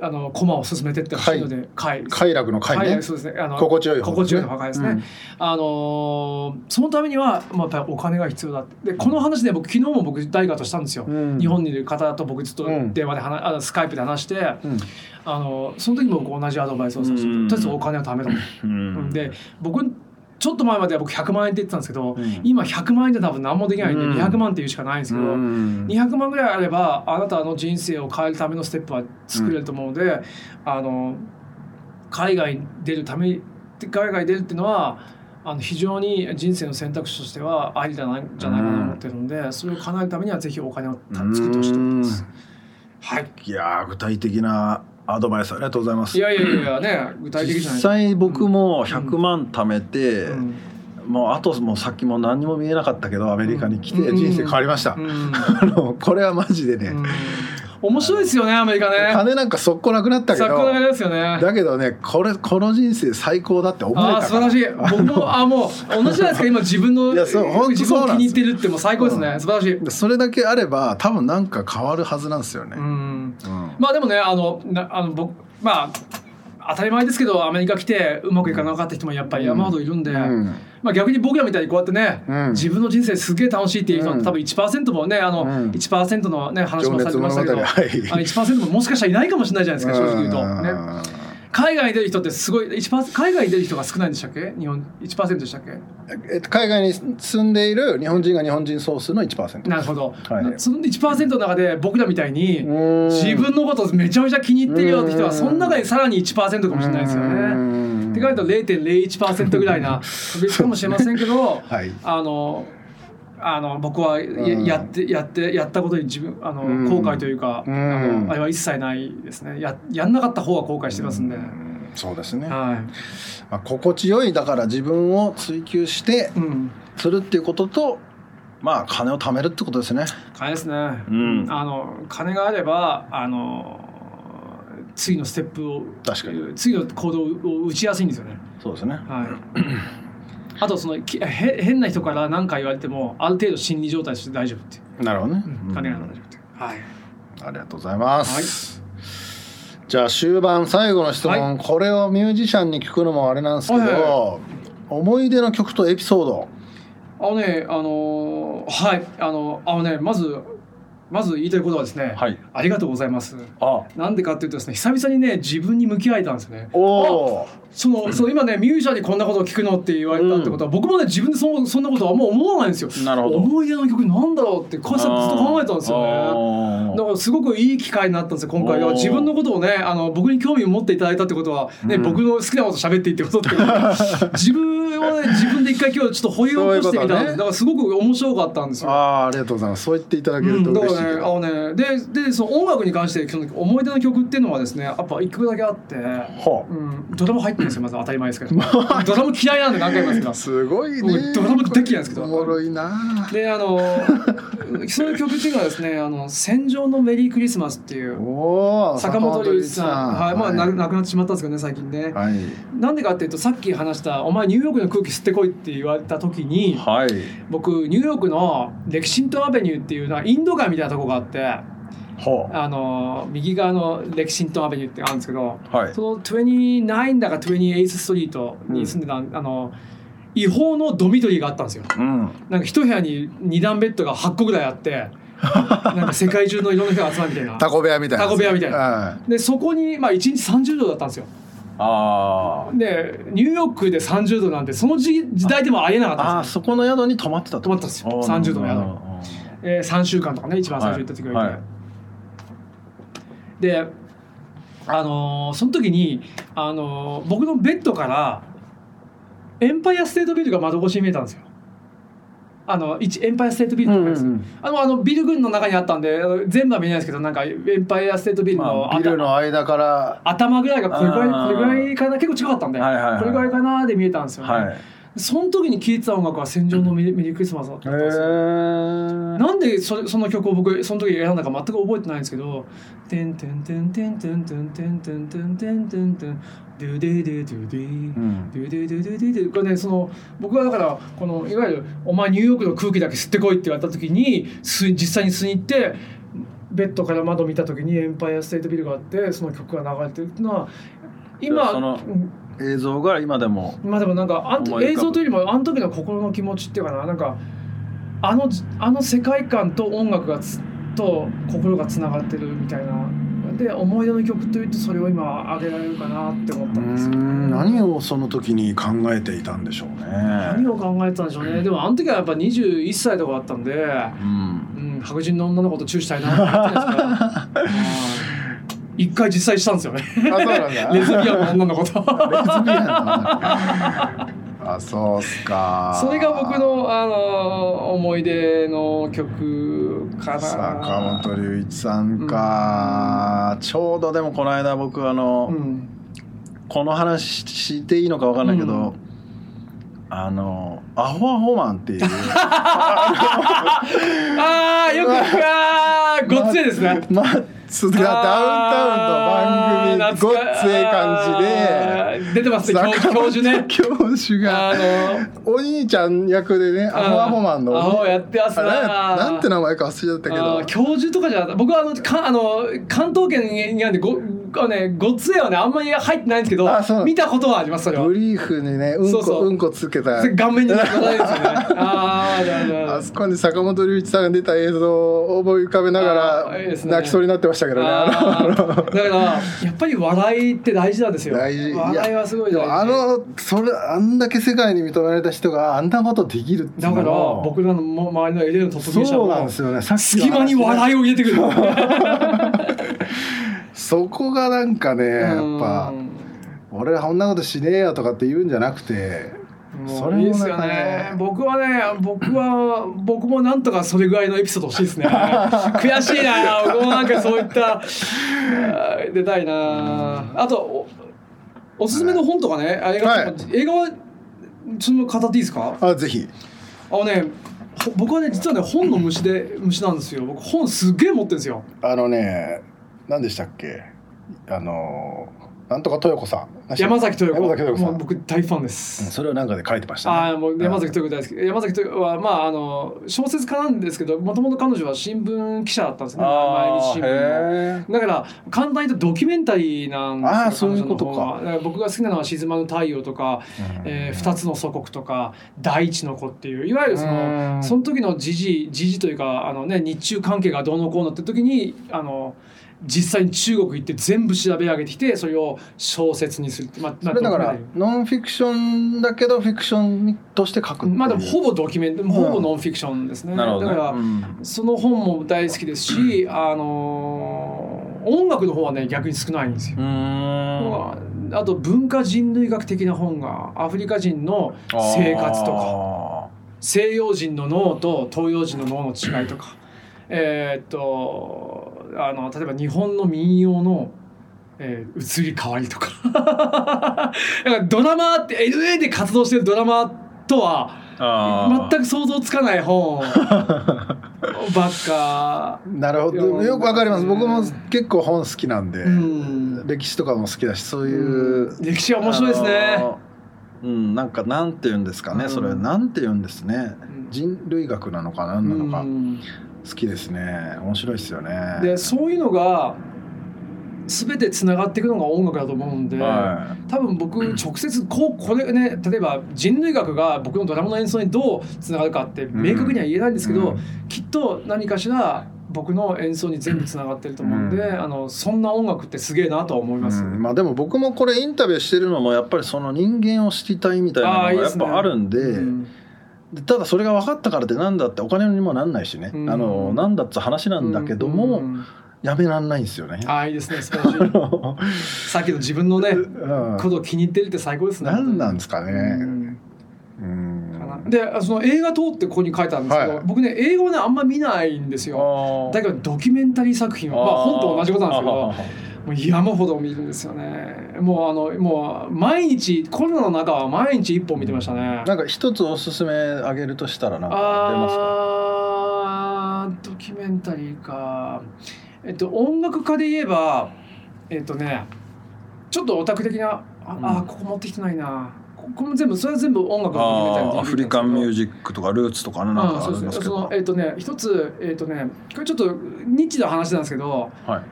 あの駒を進めてってほしいので解
快楽の快ね
そうですねあの
心地よい方
心地よいの破壊ですね、
うん
あのーそのためには、まあ、やっぱりお金が必要だってでこの話で僕昨日も僕誰かとしたんですよ、
うん
日本にいる方と僕ずっと
うん
電話で話、あのスカイプで話して、
うん
あのその時も僕同じアドバイスをさせて、
うん
とりあえずお金を貯めろ、
うん
で僕ちょっと前までは僕100万円って言ってたんですけど、
うん
今100万円じゃ多分何もできないんで
うん
200万っていうしかないんですけど、
うん
200万ぐらいあればあなたの人生を変えるためのステップは作れると思うので、あの海外に出るために海外に出るっていうのはあの非常に人生の選択肢としてはありだなじゃないかなと思ってるので、それを叶えるためにはぜひお金をた作ってほしいと思います。はい、
いやー具体的なアドバイスありがとうございます
いやいやいやね具体的じゃない
実際僕も100万貯めて、
うん
もうあともうさっきも何にも見えなかったけどアメリカに来
う
て
ん
人生変わりました、
うん
あのこれはマジでね、
うん面白いですよねアメリカね。
金なんか速攻なくなったけ
昨今のあ
ど
れですよね。
だけどねこれこの人生最高だって思え
あ
た
あ素晴らしい。僕もあもう同じじゃないですか。今自分の
いやそう本当
自分
そ
を
う
気
なん
に
で
入っ
す
てるってもう最高ですね。素晴らしい。う
いそれだけあれば多分なんか変わるはずなんですよね、
ん。
うん
まあでもねあのなあの僕まあ当たり前ですけどアメリカ来てうまくいかなかった人もやっぱり山ほどいるんで、
うん
まあ、逆に僕らみたいにこうやってね、
うん
自分の人生すげえ楽しいっていう人は
うん
多分1%もねあの、
うん
1%の、ね、話
情
もされ
熱
てま
物語
したけど。あの
はい
1%ももしかしたらいないかもしれないじゃないですか正直言うと、ね、海外に出る人ってすごい1%海外に出る人が少ないんでしたっけ日本1%でしたっけ
うんえっと海外に住んでいる日本人が日本人総数の1%
なるほど、
はい
その1%の中で僕らみたいに自
自
分のことめちゃめちゃ気に入ってるよって人はその中にさらに1%かもしれないですよね。って考えると0.01%ぐら いな確率かもしれませんけど、
はい
あのあの僕はや
うん
やってやってやったことに自分あの
うん
後悔というか、
うん
あのあれは一切ないですねややんなかった方は後悔してますんで、
うんそうですね、ま
は
あ、心地よいだから自分を追求して
い、うん、
するっていうこととまあ金を貯めるってことですね
金ですね、
ん
あの金があればあの次のステップを
確かに
次の行動を打ちやすいんですよね
そうですね
はい、あとそのきへ変な人から何か言われてもある程度心理状態として大丈夫っていう、
なるほどね、
うん、金があれば大丈夫っていう、はい
ありがとうございます。じゃあ終盤最後の質問、
は
これをミュージシャンに聞くのもあれなんですけど、
はいはい
思い出の曲とエピソード。
あのねあのーはいあのあのねまずまず言いたいことはですね、
い。
ありがとうございます
あ、
なんでかっていうとですね久々にね自分に向き合えたんですよね
おお。
そのその今ねミュージシャンにこんなことを聞くのって言われたってことは、僕もね自分でそそんなことはもう思わないんですよ
なるほど
思い出の曲なんだろうって母さんずっと考えたんですよね
ね
だからすごくいい機会になったんですよ今回
おー
は自分のことをねあの僕に興味を持っていただいたってことは、ね
うん
僕の好きなこと喋っていいってこと っていうか自分をね自分で一回今日ちょっと保有を起こしてみた
そういうこ
ん
と
で
ね
だからすごく面白かったんですよ。
あーありがとうございます。そう言っていただけ
う
ると
ん、だか
嬉しい
ら
け
ね
ど。
あのねででその音楽に関してその思い出の曲っていうのはですねやっぱ一曲だけあって、
ほ
うん、ドラム入ってるんですよまず当たり前 ですけどドラム嫌いなんで何回も言いますけ
う す
ど
ごい
も
ね。
うドラムできないんですけど
おもろいな。
であのそういう曲っていうのはですね「あの戦場のメリークリスマス」っていう
おお。
坂本龍一さん、はいまあ、な
は
亡くなってしまったんですけどね最近ね、
い。はい。
なんでかっていうとさっき話した「お前ニューヨークの空気吸ってこい」って言われた時に、
はい。
僕ニューヨークのレキシントンアベニューっていうのはインド街みたいなとこがあって
ほ
あの右側のレキシントンアベニューってあるんですけど
う。はい。
その29だか28ストリートに住んでた、あの違法のドミトリーがあったんですよ。
うん。
なんか一部屋に2段ベッドが8個ぐらいあってなんか世界中のいろんな人が集まるみたい な
タコ部屋みたいな。
タコ部屋みたいな
はい。
でそこに、まあ、1日30度だったんですよ
あ
でニューヨークで30度なんてその時時代でもありえなか
あ。
った
あ
ん
あ
ですよ
そこの宿に泊まってた
泊まったんですよ30度の宿に、
宿。
えー、3週間とかね一番最初行った時がいて、
はいはい
であのーその時に、あのー僕のベッドからエンパイアステートビルが窓越しに見えたんですよあの一エンパイアステートビルとかです、あのあのビル群の中にあったんであの全部は見えないですけどなんかエンパイアステートビルの
まあ、ビルの間から、は
頭ぐらいがこれぐらい
あー
これぐらいかな結構近かったんで、
はいはいはい
これぐらいかなで見えたんですよね、
い。
その時に聴いてた音楽は「戦場のメリメリークリスマス」だったんですよ、なんでそれその曲を僕その時選んだか全く覚えてないんですけど「てんてんてんてんてんてんてんてんてんてんてんてんドゥデデドゥデ
うん
ドゥデドゥデドゥデこれねその僕はだからこのいわゆる「お前ニューヨークの空気だけ吸ってこい」って言われた時に吸い実際に吸いに行ってベッドから窓見た時にエンパイアステートビルがあってその曲が流れてるっていうのは今
その
うん
映像が今でも、
まあでもなんかあ
思い
ん
浮かぶ
映像というよりもあの時の心の気持ちっていうかななんかあのあの世界観と音楽がつと心がつながってるみたいなで思い出の曲というとそれを今あげられるかなって思ったんですよ、
何をその時に考えていたんでしょうね。
何を考えてたんでしょうねでもあの時はやっぱ21歳とかだったんで、
うん、
うん、白人の女の子とチューしたいなって思ってたんですか らはい一回実際したんですよね
あ、そうなんだ。
レズビアンの女の
レ
子と。
ズビアンなん だあ、そうっすか。
それが僕の、あの思い出の曲かな。
坂本龍一さんか、ちょうどでもこの間僕あの、
うん。
この話していいのかわかんないけど、
うん
あのアホアホマンっていう
ああ、よく聞くあ ー、 ごっついですね。
マッツがダウンタウンの番組ごっつええ感
じで。出てます
じで
ね、教教
坂
授ね。
本教授
あ
が
の、
お兄ちゃん役でねアホアホマンの
アホやってます
あれ
な。
なんて名前か忘れちゃったけ
あ
ど
ー教授とかじゃなかった僕はあのかあの関東圏にあるんでごあのね、ごっつえはね、あんまり入ってないんですけ
あそうな
ど、
の
見たことはあります、それは
ブ。リーフにねうんこ
そうそう
うんこつけた
顔面にはかないですよね。ああ、なるほど
あそこに坂本龍一さんが出た映像を思い浮かべなが
あいい
ら
ですね
泣きそうになってましたけどね
あーだからやっぱり笑いって大事なんですよ。
大事いや
笑いはすごい
で
大
もあ
事。
のそれあんだけ世界に認められた人があんなことできるって
だから僕らのも周りのエレのトップ芸者
そうなん
も
ですよねさっきの話
隙間に笑いを入れてくる。
そこがなんかねやっぱ
うん
俺はこんなことしねえよとかって言うんじゃなくて
も
そうれも
いいですよ
なんか
ね
ね。
僕はね、僕は僕もなんとかそれぐらいのエピソード欲しい ですね。悔しいな。僕もなんかそういったあー出たいな。あとおおすすめの本とかね、あ映画とか、映画はその語っていいですか？
あぜひ
あのね、ほ僕はね実はね本の虫で虫なんですよ。僕本すっげえ持ってるんですよ。
あのね何でしたっけあのなんとか豊子さん
山崎豊
山
子。
崎豊子
も
さ
うん僕大ファンで
うん
す。
それをなんかで書いてましたね
ああもう山崎豊子大好き。山崎豊子はまああの小説家なんですけど、もともと彼女は新聞記者だったんですね。毎日新聞の。
へえ
だから簡単に言うとドキュメンタリーなんですよ。
あーそういうことか
彼女の本はだから僕が好きなのは静まる太陽とか、えー二つの祖国とか大地の子っていういわゆるそ
うん
のその時の時事時事というかあの、ね、日中関係がどうのこうのって時にあの実際に中国行って全部調べ上げてきてそれを小説にするって、まあ、
それだか
まあ
らノンフィクションだけどフィクションとして書くっていう
まあでもほぼドキュメントほぼノンフィクションですね。
なるほど
だ
ね
から、
うん
その本も大好きですし、あのー音楽の方はね逆に少ないんですよ。
うーん
あと文化人類学的な本がアフリカ人の生活とか
か
西洋人の脳と東洋人の脳の違いとかえーっとあの例えば日本の民謡の、えー移り変わりとかだから ドラマーって LA で活動してるドラマーとは
あ
全く想像つかな い本ばっか。
なるほどよくわかります僕も結構本好きなんで、
うん
歴史とかも好きだしそういう、
歴史は面白いです
あ
ね。
のうんなんかなんて言うんですかね、
うん
それなんて言うんですね
うん
人類学なのか何なのか
うん
好きですね面白いですよね
でそういうのが全てつながっていくのが音楽だと思うんで、
は
多分僕直接こうこれね例えば人類学が僕のドラムの演奏にどうつながるかって明確には言えないんですけど、
うん
きっと何かしら僕の演奏に全部つながってると思うんで、
うん
あのそんな音楽ってすげえなとは思い
い
ます。
うんまあでも僕もこれインタビューしてるのもやっぱりその人間を知りたいみたいなの
あ
が
ーいい
や
で
っ
すね
ぱあるんで
うん
でただそれが分かったからってなんだってお金にもなんないしね、
うん
あのなんだっつう話なんだけども、
うん
やめらんないんですよね。
ああいいですね素晴らしいさっきの自分のね
うん
ことを気に入ってるって最高ですね。
何なんですか
う
ね。
ん
うん
かなであその映画通ってここに書いてあるんですけど、
はい
僕ね英語ねあんま見ないんです
ー
よだけどドキュメンタリー作品は まあ本と同じことなんですけど
あー
もう山ほど見るんですよねもうあのもう毎日コロナの中は毎日一本見てましたね
なんか一つおすすめあげるとしたらなんか出ますか。
あードキュメンタリーかえっと音楽家で言えばえっとねちょっとオタク的なあ、
うん
あーここ持ってきてないなここも全部それは全部音楽のドキュメンタリーで
あー
言
ア
うんで
フ
す
リ
けど
カンミュージックとかルーツとかねなん
あ
かあ
そう
り
で
ま
ね。
すすけ
そ
ど
のえっ、とね一つえっ、とねこれちょっとニッチな話なんですけど、
はい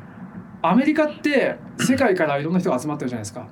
アメリカって世界からいろんな人が集まってるじゃないですか。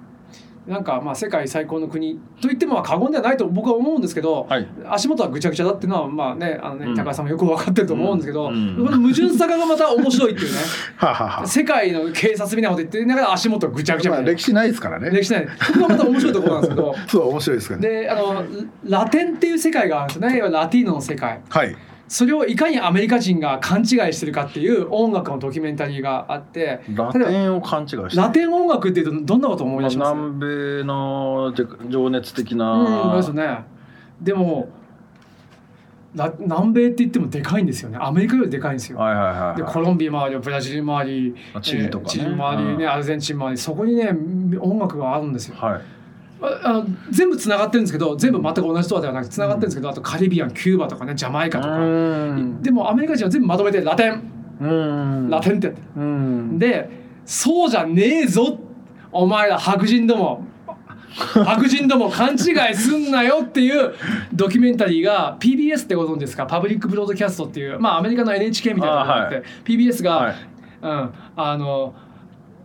なんかまあ世界最高の国と言ってもまあ過言ではないと僕は思うんですけど、
はい
足元はぐちゃぐちゃだっていうのはまあねあのね、
うん
高橋さんもよく分かってると思うんですけど、
うん
この矛盾さがまた面白い っていうね
ははは。
世界の警察みたいなこと言ってながら足元はぐちゃぐちゃ
ま
みた
あ
いな、
歴史ないですからね。
歴史ないそこがまた面白いところなんですけど
そう面白いですけどね。
であのラテンっていう世界があるんですよねいわゆるラティーノの世界。
はい。
それをいかにアメリカ人が勘違いしてるかっていう音楽のドキュメンタリーがあって
ラテンを勘違いして。
ラテン音楽っていうとどんなことを思い出します
南米のじゃ情熱的
うん
な
ですよねでもラ南米って言ってもでかいんですよねアメリカよりでかいんですよ。
はいはいはいはい
でコロンビア周りブラジル周り
あチリとかね
えーチリ周りね
うん
アルゼンチン周りそこにね音楽があるんですよ。
はい
ああの全部つながってるんですけど全部全く同じとはではなくつながってるんですけどあとカリビアンキューバとかねジャマイカとか。
ん
でもアメリカ人は全部まとめてラテン
うん。
ラテンってやってる
うん。
でそうじゃねえぞお前ら白人ども白人ども勘違いすんなよっていうドキュメンタリーが PBS ってご存知ですかパブリックブロードキャストっていうまあアメリカの NHK みたいなのがあって、
あ
PBS が、
はい
うん、あの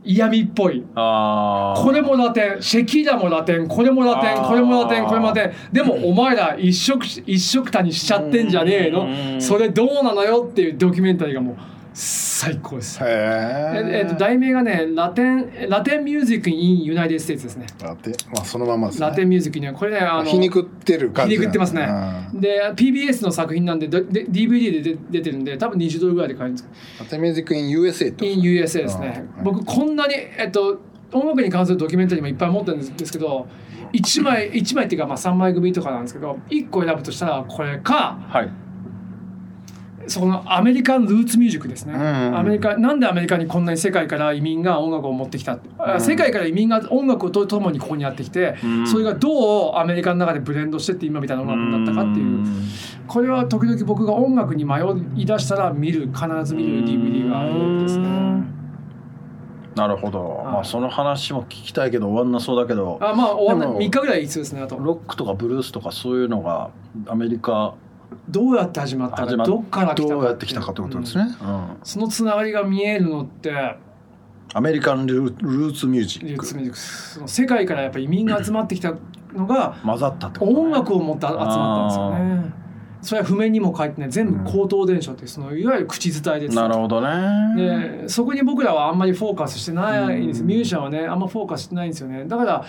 嫌味っぽい。
ああ
これもラテン、シェキーラもラテン、これもラテ
あ
ン、
ー
これもラテン、これもラテン。でもお前ら一色一色たにしちゃってんじゃねえの。
の
それどうなのよっていうドキュメンタリーがもう最高です。え
え
えっと題名がねラテンラテンミュージックインユナイテッドステーツですね。
ラテンまあそのままですね
ラテンミュージックにはこれねあの
皮肉ってる感じ
皮肉ってますね
うん
で PBS の作品なんででで DVD で出出てるんで多分20ドルぐらいで買えるんですけ
ラテンミュージックイン USA
ど
と
in USA ですね
あーはい
僕こんなにえっと音楽に関するドキュメンタリーもいっぱい持ってるんですですけど1枚1枚っていうかまあ3枚組とかなんですけど1個選ぶとしたらこれか
はい
そこのアメリカンルーツミュージックですね、
うんうんうん
アメリカなんでアメリカにこんなに世界から移民が音楽を持ってきたって、あ
うん
世界から移民が音楽とともにここにやってきて、
うん
それがどうアメリカの中でブレンドしてって今みたいな音楽になったかっていう、これは時々僕が音楽に迷い出したら見る必ず見る DVD があるですね
なるほど、
い
まあその話も聞きたいけど終わんなそうだけど
あまあ終わん
で
な
も
い3日ぐらい必要ですねあと
ロックとかブルースとかそういうのがアメリカ
どうやって始まった
始ま
か
っ
どっから来たか
どうやってきたかということですね、
うん
そのつながりが見えるのって
アメリカンルールーツミュージ
ル
ッ
ーツ
ク
ミュージックその世界からやっぱ移民が集まってきたのが
混ざったってこと、ね、
音楽を持って集まったんですよねそれは譜面にも書いてない全部口頭伝書っていうそのいわゆる口伝えです
なるほどね
でそこに僕らはあんまりフォーカスしてないんです
うん
ミュージシャンはねあんまフォーカスしてないんですよねだから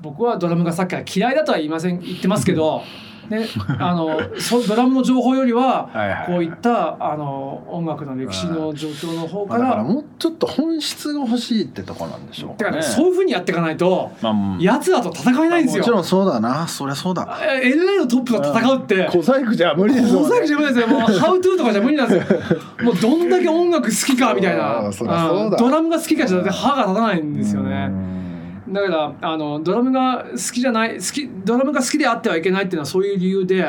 僕はドラムがさっきから嫌いだとは言いません言ってますけ ど、ね、あのそドラムの情報よりは
はいはい
こういったあの音楽の歴史の状況の方か
まあだから
ら
もうちょっと本質が欲しいってとこなんでしょう
て
か
か
ね
ねそういうふうにやっていかないと
まあうん
奴らと戦えないんです
もちろ
よ。
んそうだなそりゃそうだ
LA のトップと戦うって
小細工じゃ無理です
小
もん
細工じゃ無理ですよ。 もう、ハウトゥーとかじゃ無理なんですよ。もう、どんだけ音楽好きか、みたいな。
あーそりゃそうだ
んドラムが好きかじゃ、歯が立たないんですよ
う
ね。
ん
だから、あの、ドラムが好きじゃない、好き、ドラムが好きであってはいけないっていうのはそういう理由で、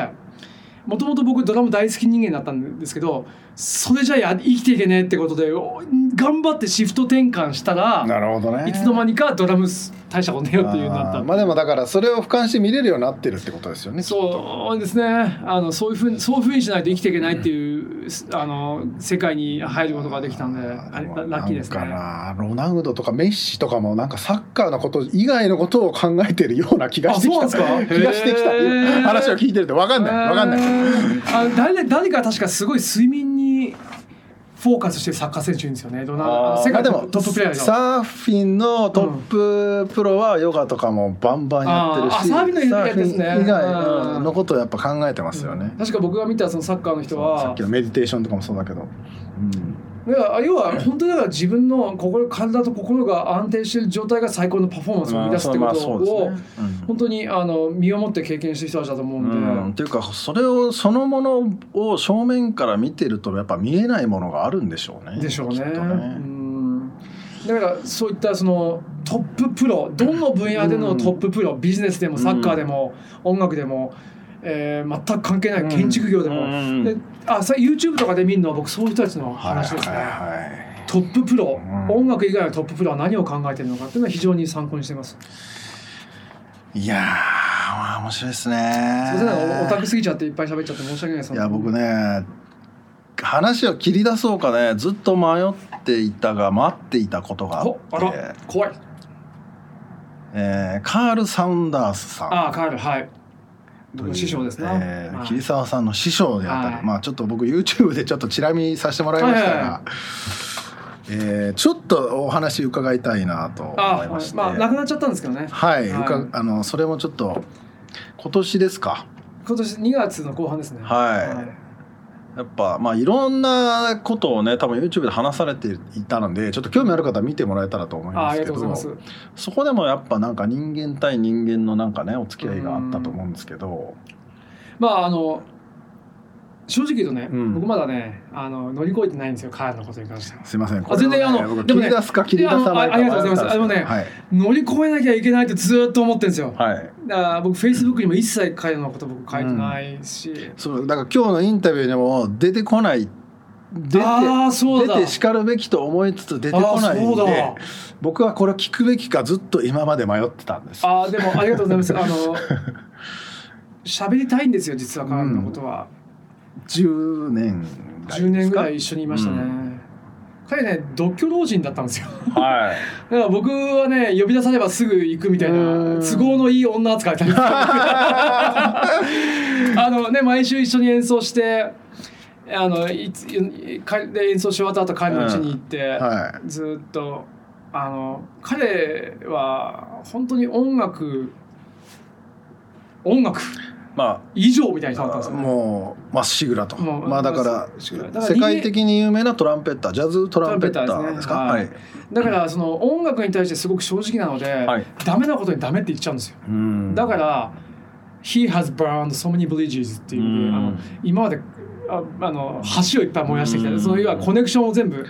もともと僕ドラム大好き人間だったんですけど、それじゃや生きていけねえってことで、お頑張ってシフト転換したら、
なるほどね
いつの間にかドラム大したことねえよっていうようになっ
あ
た
ー。まあでもだからそれを俯瞰して見れるようになってるってことですよね
そうですねあのそういうふうにそういうふうにしないと生きていけないっていうすあの世界に入ることができたんであれララッキーですね
なんかなロナウドとかメッシとかもなんかサッカーのこと以外のことを考えてるような気がしてきた
あそうなんです か
気がしてきた
へー
話を聞いてると分かんない分かんない、
あの誰誰か確かすごい睡眠にフォーカスしてるサッカー選手いるんですよねどな
あー
あの世
まあ
界
で
の
も
トッププレイヤーが。
サーフィンのトッププロはヨガとかもバンバンやってるし、
あーあサーフィンのやつ
サーフィン
ですね
以
う
外
ん
のことをやっぱ考えてますよね、
確か僕が見たそのサッカーの人
さ
は
っきのメディテーションとかもそうだけど、うん
だから要は本当にだから自分の心体と心が安定している状態が最高のパフォーマンスを生み出すってこ
まあ
と
そうです
を
ねうん
本当にあの身をもって経験してる人たちだと思うんで、
うん、っていうかそれをそのものを正面から見てるとやっぱ見えないものがあるんでしょうね。
でしょうね
きっと
うんだからそういったそのトッププロどの分野でのトッププロ、ビジネスでもサッカーでも、音楽でも、えー全く関係ない建築業でも、
うん
であさ YouTube とかで見るのは僕そういう人たちの話ですね、
はい
トッププロ、
うん
音楽以外のトッププロは何を考えてるのかっていうのは非常に参考にしてます。
いやー、まあ面白いですね
すいませんおオタクすぎちゃっていっぱい喋っちゃって申し訳ないです
いや僕ね話を切り出そうかねずっと迷っていたが待っていたことがあ
おあ
っ
ら
て、
怖い
えーカール・サウンダースさん
ああ帰るはい僕
という
の師匠ですね、
えー
はい
桐沢さんの師匠であったり、
はい
まあちょっと僕 YouTube でちょっとチラ見させてもらいましたが、
はいはいは
えーちょっとお話伺いたいなと思い
あ
まして
まあなくなっちゃったんですけどね
はい、
はいう
かあのそれもちょっと今年ですか
今年2月の後半ですね
はいやっぱまあいろんなことをね多分 YouTube で話されていたのでちょっと興味ある方は見てもらえたらと思い
ああ
ま
あ
す
りが
け
とうござい
ど
ます
そこでもやっぱなんか人間対人間のなんかねお付き合いがあったと思うんですけど
まああの正直言うとね、
うん
僕まだねあの乗り越えてないんですよカールのことに関しては
すいませんこ
あ全然
れをね
あの
僕
でも
切
ね
り出すか切り出さないか
いやあのあありがとうございます
迷ったんですけど
あ
はい
乗り越えなきゃいけないってずーっと思ってるんですよ
はい
だから僕フェイスブックにも一切彼のこと僕書いてないし、
そうだから今日のインタビューにも出てこない出て
ああそう
出
だ
てしかるべきと思いつつ出てこないん
あ
で僕はこれを聞くべきかずっと今まで迷ってたんです
ああでもありがとうございますあ の喋りたいんですよ実はカールのことは、
10年
10年ぐら
い
い一緒にいましたね、
う
彼ね独居老人だったんですよ
はい。
だから僕はね呼び出さればすぐ行くみたいな
うん
都合のいい女扱いされてた あのね毎週一緒に演奏してあのいつかで演奏し終わった後帰りのうちに行って、
は
ずーっとあの彼は本当に音楽音楽
い。ま
以上みたいな人だっ
あ、
たんですよね、
もう、まっしぐらと。
もう
まあ、だか
まっしぐらだから
ら、世界的に有名なトランペッター、ジャズトランペッタ
トラン
ー
ペッターですね
ですか。
は
はいい。
だからその音楽に対してすごく正直なので、
はい
ダメなことにダメって言っちゃうんですよ
うん
だから「He has burned so many bridges」っていう意味で、
うん
あの今までああの橋をいっぱい燃やしてきた、
うん
その要はコネクションを全部だか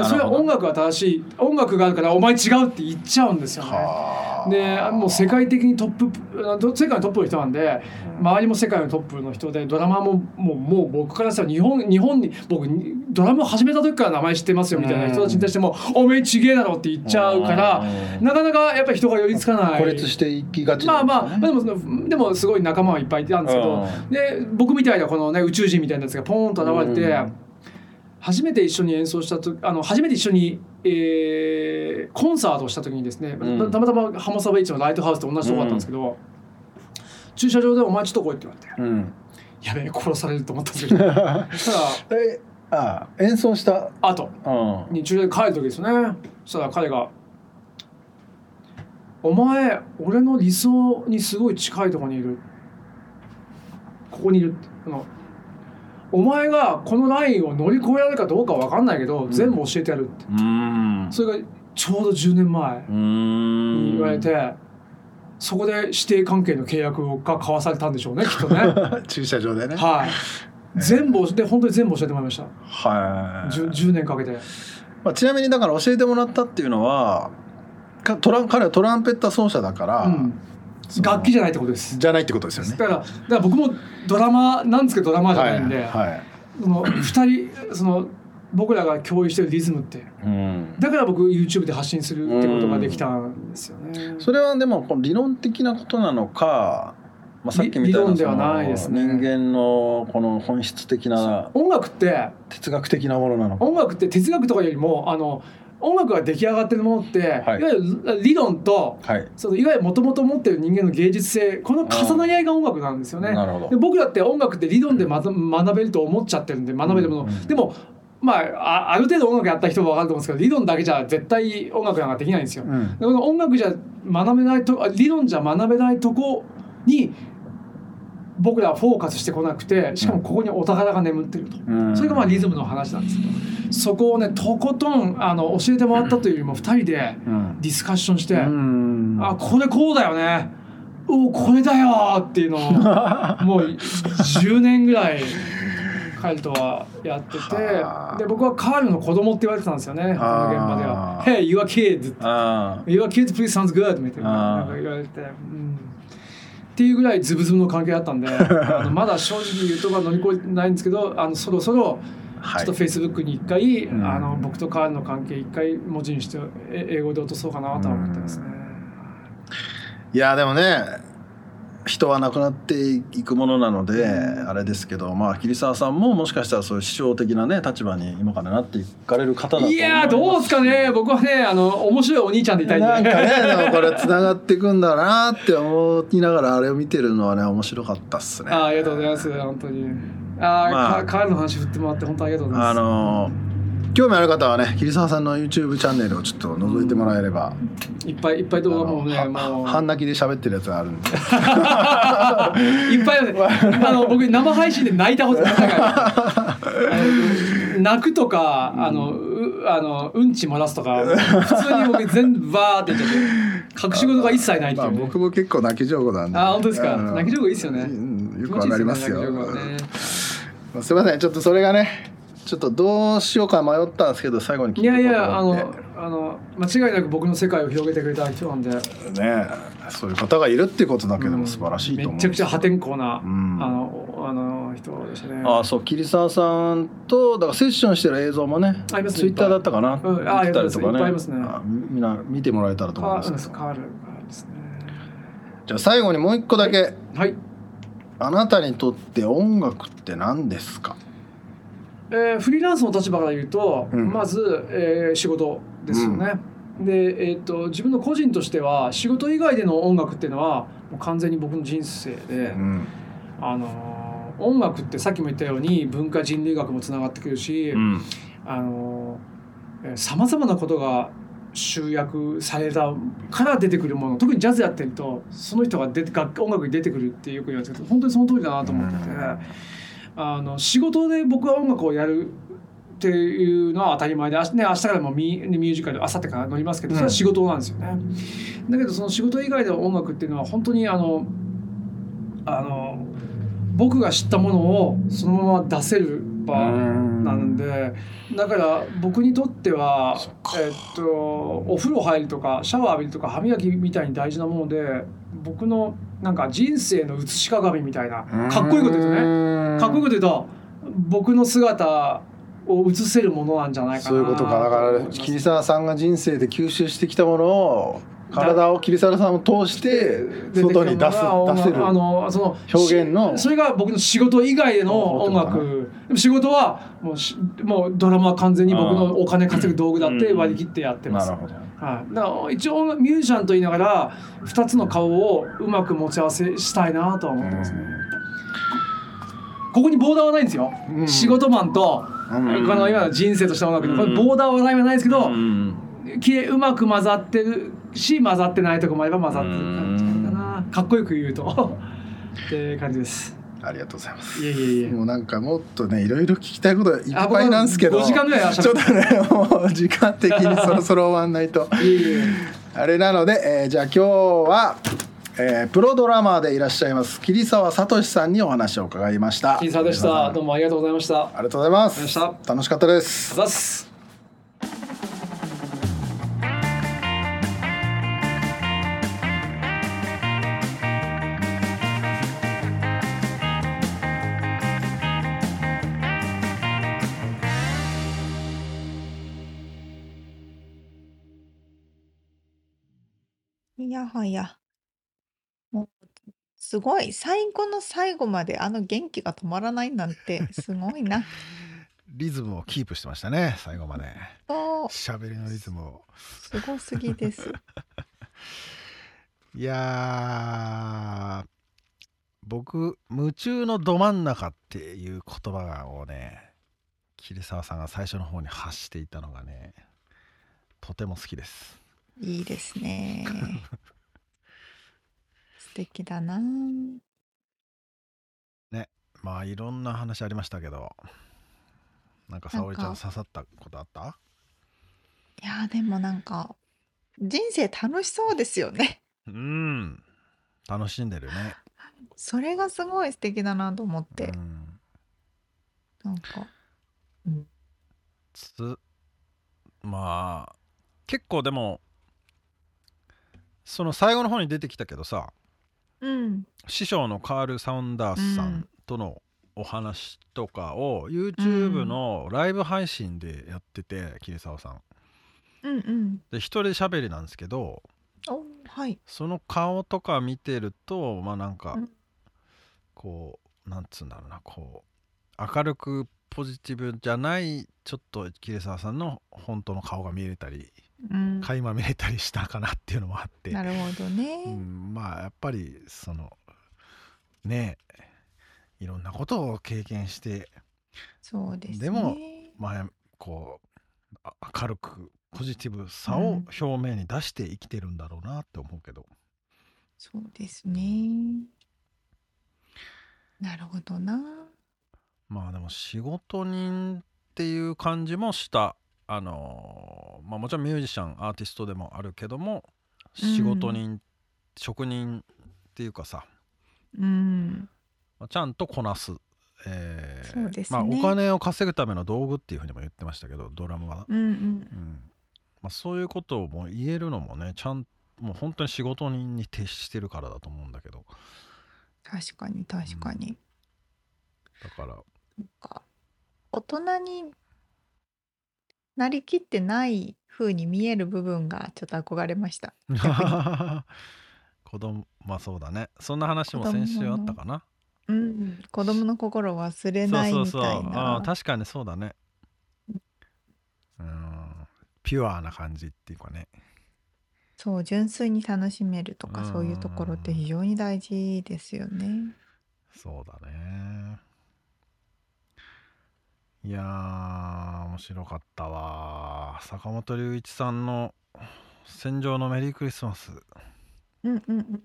らそれは
なる
音
ほど
楽は正しい音楽があるから「お前違う」って言っちゃうんですよね。
はあ
であもう世界的にトップあど世界のトップの人なんで周りも世界のトップの人でドラマーももうもう僕からしたら日本日本に僕にドラムを始めた時から名前知ってますよみたいな人たちに対しても「おめえちげえだろ」って言っちゃうから
ん
なかなかやっぱり人が寄りつかない
孤立していきがち
まあまあ、まあ、
で
ですもそのでもすごい仲間はいっぱいいたんですけど、で僕みたいなこのね宇宙人みたいなやつがポーンと現れて、
うん
初めて一緒に演奏したとあの初めて一緒に、えーコンサートをした時にですね、
うん
たまたまハモサベイチのライトハウスと同じとこだったんですけど、駐車場で「お前ちょっと来い」って言われて
うんうん
「やべえ殺される」と思ったんですけど ただ
えあ演奏した
あと
うん
に駐車場で帰る時ですよねそしたら彼が「お前俺の理想にすごい近いところにいるここにいる」ってあのお前がこのラインを乗り越えられるかどうかわかんないけど、全部教えてやるって
うん
それがちょうど10年前に言われて、そこで指定関係の契約が交わされたんでしょう ねきっとね
駐車場でね
はい全部で本当に全部教えてもらいました
は
10, 10年かけて
まあ、ちなみにだから教えてもらったっていうのはかトラン彼はトランペッタ奏者だから、
うん
その
楽器じゃないってことです
じゃないってことですよね。
だからだから僕もドラマなんですけどドラマじゃないんで、
はい
その2人その僕らが共有してるリズムって
うん、
だから僕 YouTube で発信するってことができたんですよね。
それはでもこの理論的なことなのか、まあ、さっきみたい
理論
な
で
そ
は
の
ないですね
人間のこの本質的な
音楽って
哲学的なものなのか。
音楽って哲学とかよりもあの音楽が出来上がってるものって、、
はいい
わゆる理論と
はい、
そのいわゆるもともと持ってる人間の芸術性この重なり合いが音楽なんですよね。
なるほ
で
ど。
僕だって音楽って理論でまず学べると思っちゃってるんで学べるもの、
うんうん
でもまああある程度音楽やった人は分かると思うんですけど理論だけじゃ絶対音楽なんかできないんですよ。で
うん
この音楽じゃ学べないとあ理論じゃ学べないとこに僕らはフォーカスしてこなくてしかもここにお宝が眠ってると、
うん
それがまあリズムの話なんですけどそこをねとことんあの教えてもらったというよりも2人で
うん
ディスカッションして。
うん
あこれこうだよねおこれだよっていうのを もう10年ぐらいカイルとはやって
はあ
てで僕はカールの子供って言われてたんですよねこの現場では「
あ
Hey your kid
あ
your kid please sounds good」みたいな
あ
な
ー
んか言われて、うん、っていうぐらいズブズブの関係だ ったんであのまだ正直言うとこは乗り越えてないんですけどあのそろそろ
ー
ちょ
は
っ
い
と。フェイスブックに一回、
うん
あの僕とカールの関係一回文字にしてえ英語で落とそうかなとは思ってますね。
いやでもね人は亡くなっていくものなので、あれですけどまあ桐沢さんももしかしたらそういう師匠的なね立場に今からなっていかれる方だと思
いやーどうですかね僕はねあの面白いお兄ちゃんでいたいんで
なんかねでもこれつながっていくんだなって思いながらあれを見てるのはね面白かったっすね。
あーありがとうございます本当にあー、
まあ
かカールの話振ってもらって本当ありがとうございます
あのー興味ある方はね桐沢さんの YouTube チャンネルをちょっと覗いてもらえれば、
いっぱいいっぱい動画もうね
あの
もう
半泣きで喋ってるやつがあるんで
いっぱいあるねあの僕生配信で泣いたことないからあの泣くとかあのうあのうんち漏らすとか普通に僕全部バーって言っちゃって隠し事が一切ないって
ま
い
あ
う、ね
僕も結構泣き上手なんで
あ本当ですか
あの
泣き上手いいっすよね
うんよ
気
く
持ち
わ
いい
かり
っね
ますよ
泣き上手はね
まあすいませんちょっとそれがねちょっとどうしようか迷ったんですけど最後に聞い
い
ておこ
やいう
と
やあ
思って
のあの間違いなく僕の世界を広げてくれた人なんで
ねそういう方がいるっていうことだけで
う
も
ん
素晴らしいと思う
め
ん
ちゃ
で
く
す
ち
よ
ゃ破天荒な、
ん
あのあの人でしたね
あそう桐沢さんとだからセッションしてる映像もね
ありますね
ツイッターだったかな、
うんあ
出てたりとか
いっぱい
ね
ありますね
あみみんな見てもらえたらと
変
思いま
わる
す
んです変わる変わるですね
じゃあ最後にもう一個だけ、
はい
あなたにとって音楽って何ですか
えーフリーランスの立場から言うと、
うん
まず、えー仕事ですよね。で、えー、と自分の個人としては仕事以外での音楽っていうのはもう完全に僕の人生で、
うん
あのー音楽ってさっきも言ったように文化人類学もつながってくるし
うん
さまざまなことが集約されたから出てくるもの特にジャズやってるとその人が出て楽音楽に出てくるってよく言われてるけど本当にその通りだなと思ってて。あの仕事で僕は音楽をやるっていうのは当たり前で、あしね、明日からもミミュージカル明後日から乗りますけどそれは仕事なんですよね。だけどその仕事以外での音楽っていうのは本当にあのあの僕が知ったものをそのまま出せる場なんでだから僕にとっては、えっと、お風呂入るとかシャワー浴びるとか歯磨きみたいに大事なもので僕のなんか人生の写し鏡みたいなかっこいいこと言うとね。かっこよく言うと僕の姿を映せるものなんじゃないかな
そういうことかだから桐沢さんが人生で吸収してきたものを体を桐沢さんを通して外に出す出せる
あのその
表現の
しそれが僕の仕事以外での音
音
楽でも仕事はもうしもうドラマは完全に僕
あー
のお金稼ぐ道具だって
うん
割り切ってやってます、
なるほど
はい、だから一応ミュージシャンと言いながら2つの顔をうまく持ち合わせしたいなとは思ってますね、ここにボーダーはないんですよ、
うん
仕事マンと
うん
この今の人生とした音楽の、
うん
これボーダーはないはないですけど、
うん
きれいうまく混ざってるし混ざってないとこもあれば混ざってる感じかなかっこよく言うとって感じです
ありがとうございます
いえいえいえ
もうなんかもっとねいろいろ聞きたいことがいっぱいなんですけど
5時間ぐらいはし
ちょっとねもう時間的にそろそろ終わんないと
いえいえ
あれなので、えーじゃあ今日は、えープロドラマーでいらっしゃいます桐沢聡さんにお話を伺いました
金さんでし
桐沢さ
た
ん
どうもありがとうございましたあ
ありがとうございます
りがとうございま
楽しかったです
ざっす
いやはや。もう、すごい。最後の最後まであの元気が止まらないなんて、すご いな。
リズムをキープしてましたね最後まで
そう、
喋りのリズムを
すごすぎです。
いやー僕「夢中のど真ん中」っていう言葉をね桐沢さんが最初の方に発していたのがねとても好きです
いいです ね。素敵だな。
まあいろんな話ありましたけどなんか沙織ちゃ
なん
ん
か
刺さったことあった
いやーでもなんか、人生楽しそうですよね。
うん楽しんでるね
それがすごい素敵だなと思って。
うん、
なんか、
つまあ結構でもその最後の方に出てきたけどさ
うん。
師匠のカール・サウンダースさ
うん
んとのお話とかを YouTube のライブ配信でやってて桐沢さん。
うんうん。
で一人で喋りなんですけど
おはい。
その顔とか見てるとまあなんか
うん
こうなんつうんだろうなこう明るくポジティブじゃないちょっと桐沢さんの本当の顔が見れたり
うん。
垣間見れたりしたかなっていうのもあって
なるほどね。
うん、まあやっぱりそのねえいろんなことを経験して
そうですね。
でもまあこうあ明るくポジティブさを表面に出して生きてるんだろうなって思うけど、
そうですね。なるほどな。
まあでも仕事人っていう感じもしたあのーまあもちろんミュージシャンアーティストでもあるけども仕事人、職人っていうかさ、
うん。
まあちゃんとこなす、えー
そうですね
まあ、お金を稼ぐための道具っていうふうにも言ってましたけどドラムは、
うんうん。
うんまあ、そういうことをもう言えるのもねちゃんもう本当に仕事人に徹してるからだと思うんだけど
確かに確かに。
だから
なんか大人になりきってない風に見える部分がちょっと憧れました。逆
子供まあそうだねそんな話も先週あったかな、
ううん、子供の心を忘
そ
れ
う
ない
そう
み
そ
た
う
い
あ
な
ー。確かにそうだねうんピュアな感じっていうかね
そう、純粋に楽しめるとか、
うん
そういうところって非常に大事ですよね。
そうだねいやー面白かったわ坂本龍一さんの「戦場のメリークリスマス
うんうんうん。」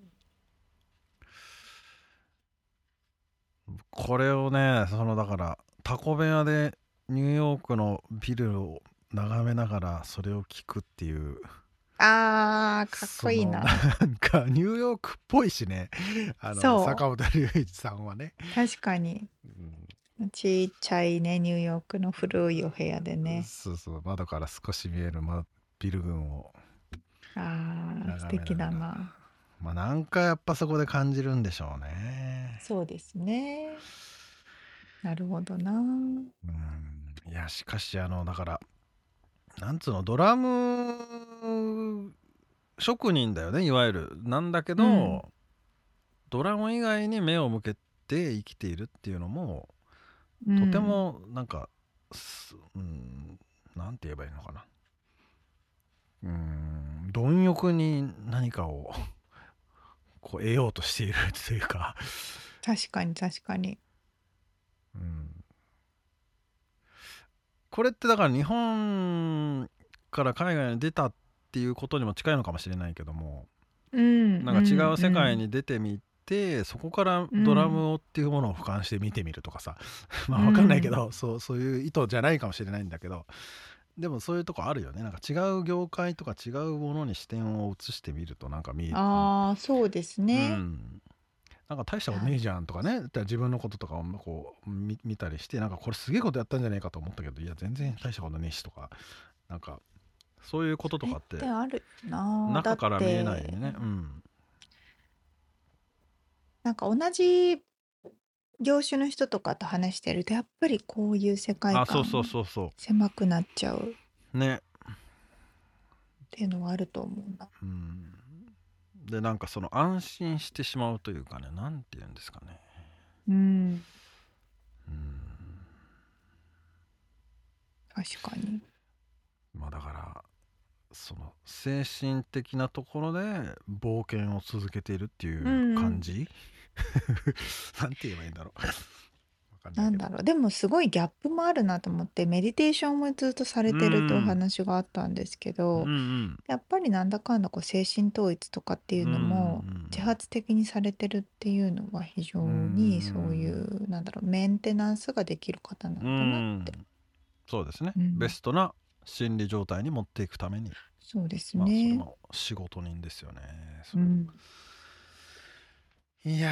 これをねそのだからタコ部屋でニューヨークのビルを眺めながらそれを聞くっていう
あー、かっこいいな。
そのなんかニューヨークっぽいしねあ
そ
の
う
坂本龍一さんはね、
確かに。ちっちゃいね、ニューヨークの古いお部屋でね。
そうそう窓から少し見える、ま、ビル群を
あ
眺めなが
ー、
ら
素敵だな。
まあなんかやっぱそこで感じるんでしょうね
そうですね。なるほどな。
うんいやしかしあのだからなんつうのドラム職人だよねいわゆるなんだけど、
うん
ドラム以外に目を向けて生きているっていうのも
と
とて、もなんか、すうん、なんて言えばいいのかなうん貪欲に何かをこう得ようとしているというか、
確かに確かに。
うん、これってだから日本から海外に出たっていうことにも近いのかもしれないけども
うん。
なんか違う世界
ん
に出てみて、そこからドラムをっていうものを俯瞰して見てみるとかさ、 まあわかんないけど、そうそういう意図じゃないかもしれないんだけどでもそういうとこあるよねなんか違う業界とか違うものに視点を移してみるとなんか見えてくる
ああ、そうですね。
うん、なんか大したことねえじゃんとかねだから自分のこととかをこう見見たりしてなんかこれすげえことやったんじゃないかと思ったけどいや全然大したことねえしとかなんかそういうこととかって
それあるな
中から見えないよ
だっ
ね
て
うん
なんか同じ業種の人とかと話してるとやっぱりこういう世界
あ
観
そうそうそうそ
狭くなっちゃうっ
うね
ていうのはあると思うな。
うんでなんかその安心してしまうというかねなんて言うんですかね
うん、
うん
確かに。
まあだからその精神的なところで冒険を続けているっていう感じ、 なんて言えばいいんだろう。 わかん
な
ないけ
ん
ど
だろうでもすごいギャップもあるなと思ってメディテーションもずっとされてるってお話があったんですけど、
うんうん
やっぱりなんだかんだこう精神統一とかっていうのも
うんうんうん
自発的にされてるっていうのは非常にそういうなんだろうメンテナンスができる方なんだなって
うんそうですね、
うん
ベストな心理状態に持っていくために、
そうです
まあ、それ
ね。、
も仕事人ですよね。そううんいや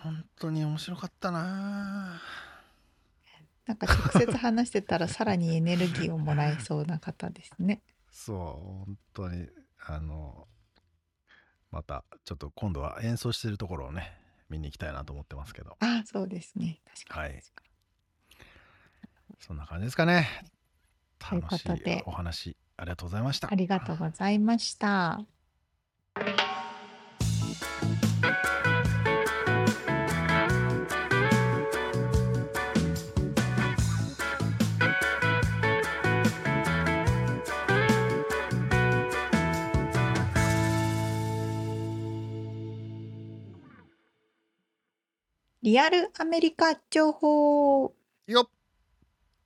ー本当に面白かったな
なんか直接話してたらさらにエネルギーをもらえそうな方ですね。
そう本当にあのまたちょっと今度は演奏してるところをね見に行きたいなと思ってますけど
ああそうですね確かに
はい
確か
そんな感じですかね
という
楽
こ
し
とで
いお話ありがとうございました
にありがとうございました。リアルアメリカ情報
よっ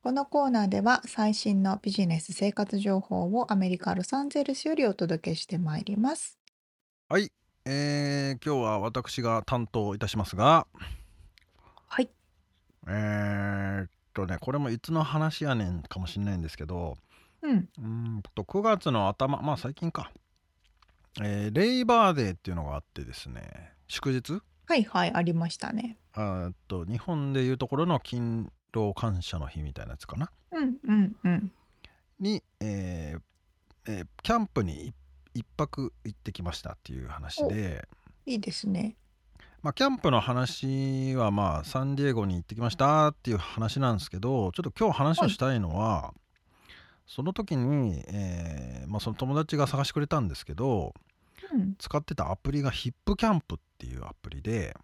このコーナーでは最新のビジネス生活情報をアメリカ・ロサンゼルスよりお届けしてまいります。
えー今日は私が担当いたしますが
はい。
えーっとねこれもいつの話やねんかもしれないんですけど
うん。
うーんと9月の頭まあ最近か、えーレイバーデーっていうのがあってですね祝日
はいはい、ありましたね。
あーっと日本でいうところの勤労感謝の日みたいなやつかな
うんうんうん。
に、えーえーキャンプに一泊行ってきましたっていう話で、
いいですね。
まあ、キャンプの話はまあサンディエゴに行ってきましたっていう話なんですけどちょっと今日話をしたいのは、その時に、えーまあ、その友達が探してくれたんですけど
うん。
使ってたアプリがヒップキャンプっていうアプリで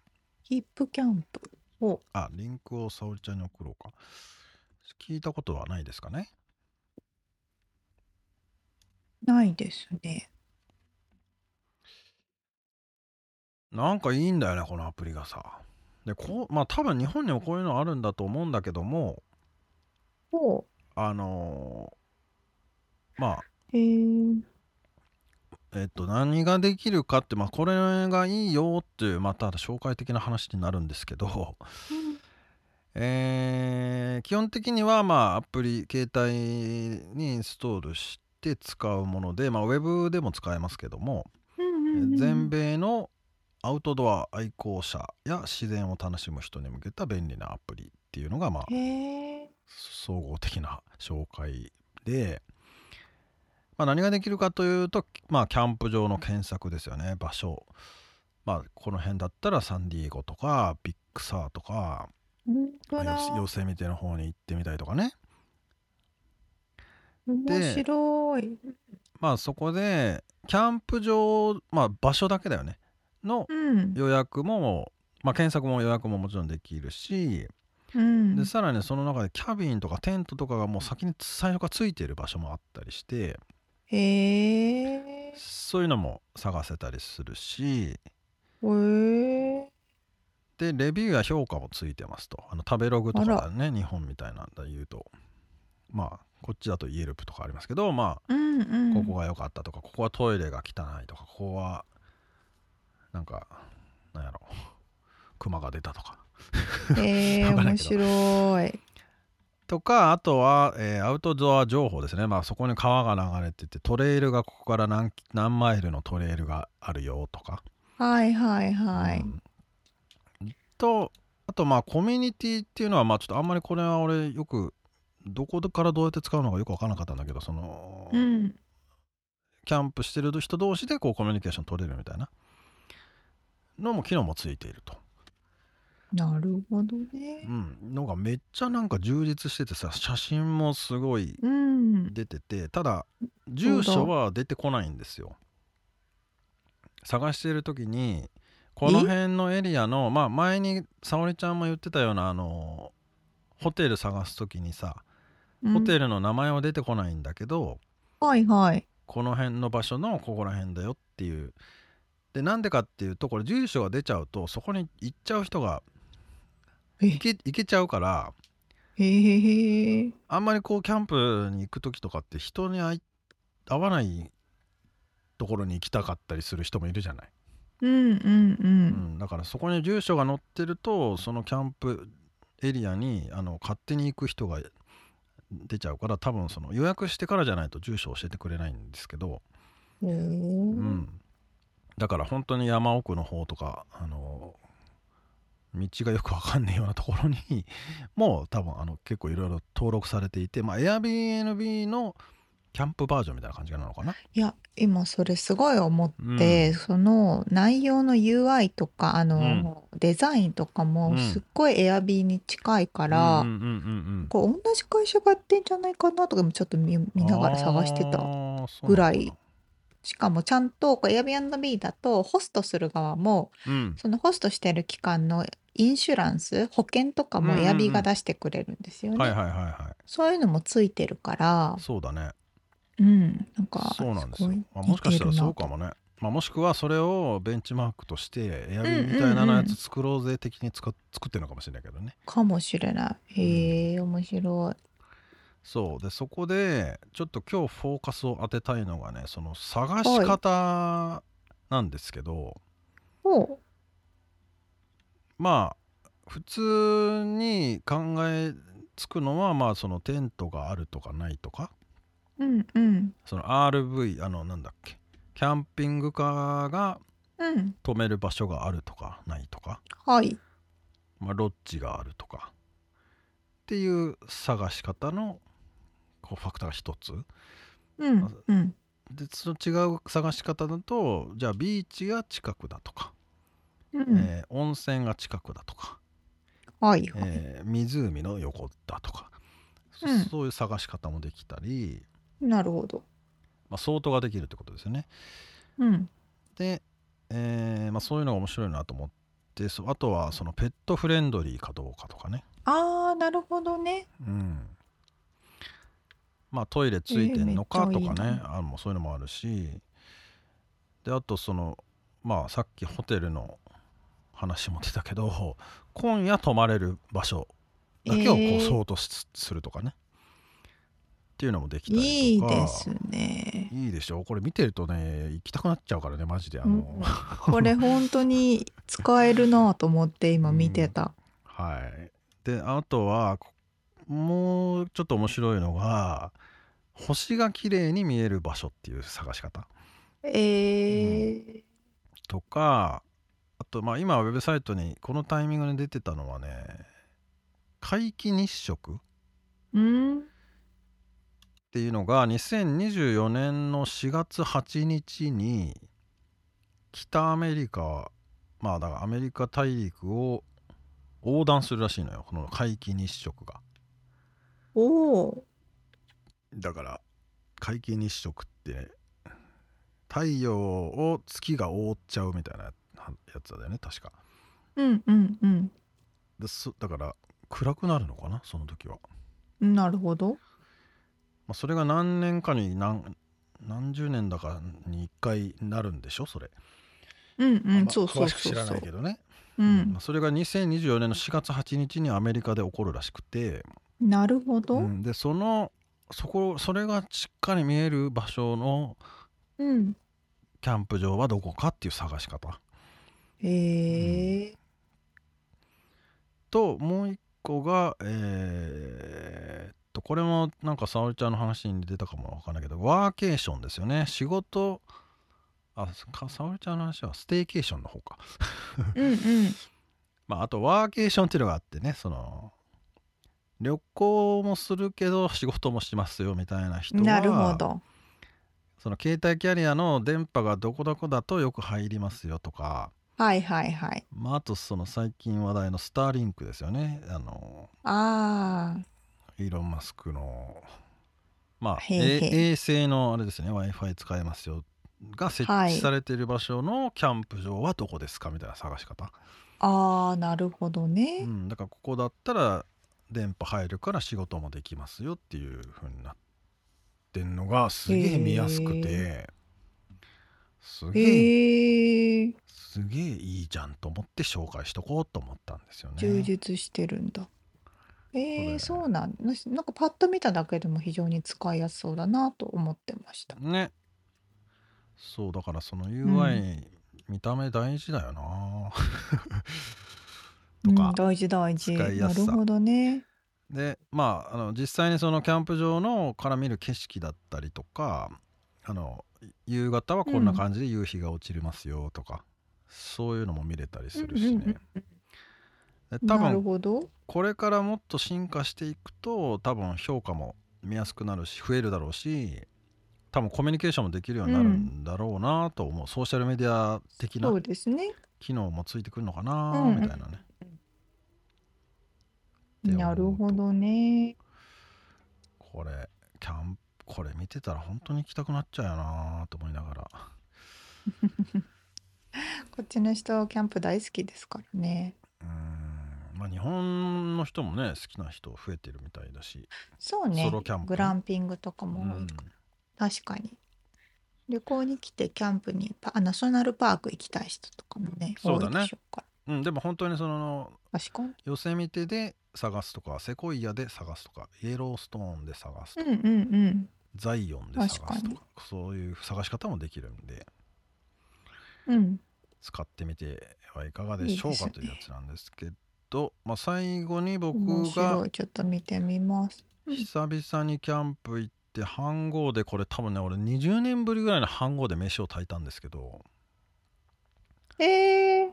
ヒップキャンプ。ほう
あリンクを沙織ちゃんに送ろうか聞いたことはないですかね
ないですね。
なんかいいんだよねこのアプリがさでこうまあ多分日本にもこういうのあるんだと思うんだけども
ほ
あのーまあ
う。へえ。
えっと、何ができるかって、まあ、これがいいよっていう、また紹介的な話になるんですけど、えー基本的には、まあ、アプリ、携帯にインストールして使うもので、まあ、ウェブでも使えますけども、全米のアウトドア愛好者や自然を楽しむ人に向けた便利なアプリっていうのが、まあ、
へえ。
総合的な紹介で、まあ、何ができるかというと、まあ、キャンプ場の検索ですよね場所、まあ、この辺だったらサンディエゴとかビッグサーとか
本当だ。
寄せみての方に行ってみたいとかね
面白い。
まあそこでキャンプ場、まあ、場所だけだよねの
うん。
予約も、まあ、検索も予約ももちろんできるし
うん。
でさらにその中でキャビンとかテントとかがもう先に最初からついている場所もあったりして、
へえ。へ
そういうのも探せたりするし
え。
でレビューや評価もついてますとあの食べログとかだね日本みたいなんだ言うとまあこっちだとイエルプとかありますけどま
うんう
あ
ん。
ここが良かったとか、ここはトイレが汚いとかここはなんかなんやろクマが出たとか
へ え。
わかんない
面
けど
白い。
とかあとは、えーアウトドア情報ですねまあそこに川が流れててトレイルがここから何何マイルのトレイルがあるよとか
はいはいは
う
い。
んとあとまあコミュニティっていうのはまあちょっとあんまりこれは俺よくどこからどうやって使うのかよく分からなかったんだけどその、
うん。
キャンプしてる人同士でこうコミュニケーション取れるみたいなのも機能もついていると、
なるほど
う
ね。
ん、のがめっちゃなんか充実しててさ写真もすごい
うん。
出ててただ住所は出てこないんですよ探している時にこの辺のエリアのまあ前に沙織ちゃんも言ってたようなあのホテル探す時にさホテ
ル。
ルの名前は出てこないんだけど、
はいはい。
この辺の場所のここら辺だよっていうでなんでかっていうとこれ住所が出ちゃうとそこに行っちゃう人が
え
行け行けちゃうから
へえ。
あんまりこうキャンプに行く時とかって人に会い会わないところに行きたかったりする人もいるじゃない、
うんうんう
うん
ん。
ん、だからそこに住所が載ってるとそのキャンプエリアにあの勝手に行く人が出ちゃうから多分その予約してからじゃないと住所を教えてくれないんですけど、
へ
う
え。
ん、だから本当に山奥の方とかあの道がよくわかんねえようなところに もう多分あの結構いろいろ登録されていてまあ Airbnb のキャンプバージョンみたいな感じなのかな。
いや今それすごい思って、
うん
その内容の UI とかあの、デザインとか
う
も
ん
すっごいエアビーに近いから、
うんうんうん
こう同じ会社がやってんじゃないかなとかもちょっと見
うん
見ながら探して
あ
た
ーそう
ぐ
な
ら
のかない
しかもちゃんとこう Airbnb だとホストする側も
うん
そのホストしてる期間のインシュランス保険とか
う
も
んうんうん
エアビーが出してくれるんですよね、
はいはいはいは
そういうのもついてるから
いそうだね
うんなんか
そうなんです
す
よ
ごい、
まあもしかしたら
似て
そ
るな
うか
と
もね、まあ、もしくはそれをベンチマークとしてエアビ
う
ー
んうんうん
みたいなのやつ作ろうぜ的につか作ってるのかもしれないけどね
かもしれない。へえ、面白い。
そうでそこでちょっと今日フォーカスを当てたいのがねその探し方なんですけど
お
まあ普通に考えつくのはまあそのテントがあるとかないとか
うんうん
その RV あのなんだっけキャンピングカーが
うん。
止める場所があるとかないとか、
はい。
まあ、ロッジがあるとかっていう探し方のこうファクターが一つ。
うんうん。
でその違う探し方だとじゃあビーチが近くだとか、
うん。
えー温泉が近くだとか、
はいはい。
えー湖の横だとか、そ
うん
そういう探し方もできたり、
なるほど。
まあ、相当ができるってことですよね。
うん
で、えーまあ、そういうのが面白いなと思っでそあとはそのペットフレンドリーかどうかとかね、
ああ、なるほどね。
うん、まあトイレついてんのかと
えーめ
か
っちゃいい
ね、
な
あもうそういうのもあるしであとそのまあさっきホテルの話も出たけど今夜泊まれる場所だけをこ
え
う
ー
そうとしするとかね、っていうのもできた
い
り
い
とか
ですね。
いいでしょこれ見てるとね行きたくなっちゃうからねマジであの、
うんこれ本当に使えるなと思って今見て た。
はい。で、あとは、こもうちょっと面白いのが、星が綺麗に見える場所っていう探し方
え
とか、あと、まあ今ウェブサイトにこのタイミングで出てたのはね、皆既日食っ
ー、うん。
ていうのが2024年の4月8日に北アメリカ、まあだからアメリカ大陸を横断するらしいのよ、この皆既日食が。
おお。
だから皆既日食って太陽を月が覆っちゃうみたいなやつだよね確か
うんうんう
でそだから暗くなるのかなその時は、
ん。なるほど。
まあ、それが何年かに何何十年だかに一回なるんでしょそれ、
うんう
まあ
ん。そうそう
詳しく
そう
知ら
そ
ない。
う
けどね、
う
まあ
ん。
それが2024年の4月8日にアメリカで起こるらしくて、
なるほ
う
ど。
んでそのそこそれがしっかり見える場所の
うん。
キャンプ場はどこかっていう探し方
ええ。
ともう一個がえーっとこれもなんか沙織ちゃんの話に出たかもわかんないけどワーケーションですよね仕事あそか沙織ちゃんの話はステーケーションの方か、
うんうん。
まあ、あとワーケーションっていうのがあってねその旅行もするけど仕事もしますよみたいな人は
なるほど。
その携帯キャリアの電波がどこどこだとよく入りますよとか、
はいはいはい。
まあ、あとその最近話題のスターリンクですよねあの
ああ。
イーロン・マスクの、まあ、
へいへい
え衛星のあれですね w i f i 使えますよが設
は
置
い
されている場所のキャンプ場はどこですかみたいな探し方、
ああ、なるほど
う
ね。
ん、だからここだったら電波入るから仕事もできますよっていう風になってんのがすげえ見やすくてすげえ、
へえ。
すげえいいじゃんと思って紹介しとこうと思ったんですよね。
充実してるんだ。
だよ
え
ね
ー、そうなんななんかパッと見ただけでも非常に使いやすそうだなと思ってました。
ねそうだからその UI、見た目大事だよ なと
う
か
ん、、大事大事。
使いや
な
すさ
るほどね。
でまああの実際にそのキャンプ場のから見る景色だったりとかあの夕方はこんな感じで夕日が落ちれますよとか、そういうのも見れたりするし
うんうん
ね。で多
なる
分
ほど。
これからもっと進化していくと多分評価も見やすくなるし増えるだろうし多分コミュニケーションもできるようになるんだろうなと思う、ソーシャルメディア的な
そうですね。
機能もついてくるのか
う
なん
うん
みたいなね、って思うと
なるほどね。
これキャンプこれ見てたら本当に行きたくなっちゃうよなと思いながら
こっちの人キャンプ大好きですからね。
うーんまあ日本の人もね好きな人増えてるみたいだし、
そうね
ソロキャンプ
グランピングとか
う
も多い
ん
から、確かに。旅行に来てキャンプにパナショナルパーク行きたい人とかもね、
そうだ
多い
ね
でしょうか
うん、でも本当にその
ら。確かに。
ヨセミテで探すとかセコイアで探すとかイエローストーンで探すとか
うんうんうん。
ザイオンで探すとか
確かに
そういう探し方もできるんで
うん。
使ってみてはいかがでしょうか
いいですね
というやつなんですけどまあ、最後に僕
面白
が
い。ちょっと見てみます。うん
久々にキャンプ行って飯号でこれ多分ね俺20年ぶりぐらいの飯号で飯を炊いたんですけど
えー、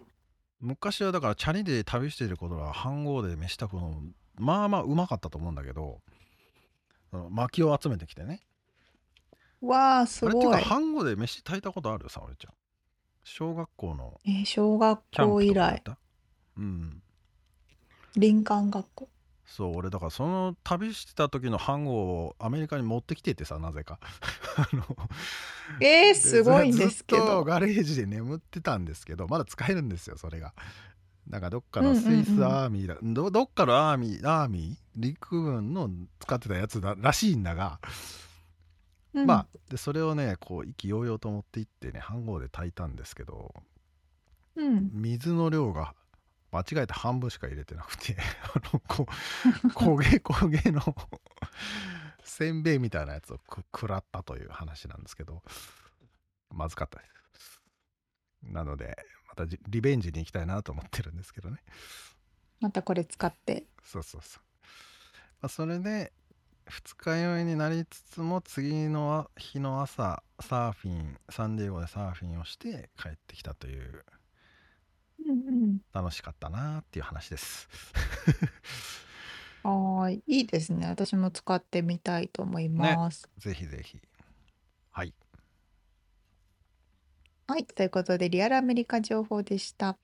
昔はだからチャリで旅していることが飯号で飯炊くのまあまあうまかったと思うんだけどその薪を集めてきてね
わあす
あれっていう
ご
か
い。
飯後で飯炊いたことある沙織ちゃん小学校の
えー小学
キャン
校
プ
以
とか行っ
来、
たうん
林間学校。
そう俺だからその旅してた時の飯号をアメリカに持ってきててさなぜか あの
えー、すごいんですけ
ずっと
ど。
ガレージで眠ってたんですけどまだ使えるんですよそれがなんかどっかのスイスアーミーだ、どどっかのアーミーアーミー陸軍の使ってたやつだらしいんだが、
うん
まあでそれをねこう意気揚々と持っていってね飯盒で炊いたんですけど
うん
水の量が間違えて半分しか入れてなくて あのこう焦げ焦げの せんべいみたいなやつをく食らったという話なんですけどまずかったですなのでまたじリベンジに行きたいなと思ってるんですけどね
またこれ使って
そうそうそう、まあ、それで二日酔いになりつつも次の日の朝サーフィンサンディエゴでサーフィンをして帰ってきたという
うん
楽しかったなっていう話です
うんあーいいですね私も使ってみたいと思います、
ぜひぜひ。はい。
はいということでリアルアメリカ情報でした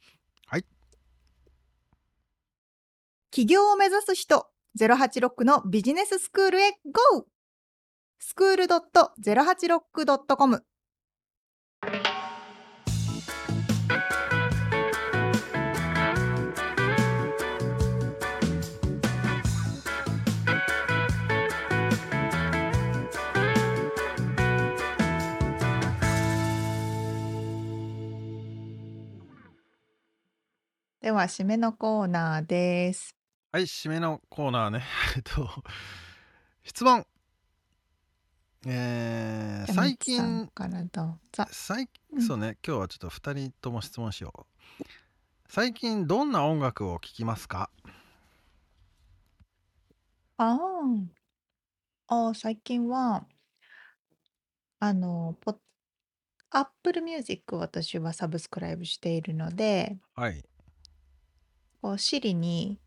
起業を目指す人、086のビジネススクールへ GO! スクール .086.com
では締めのコーナーです
はい、締めのコーナーね。 えっと、質問。えー
じゃあ
最
みつさん
近、
からどうぞ
最
うん
近、そうね、今日はちょっと2人とも質問しよう。最近、どんな音楽を聴きますか
あーあー最近はあのポッ Apple Music を私はサブスクライブしているので
はい、
こう Siri に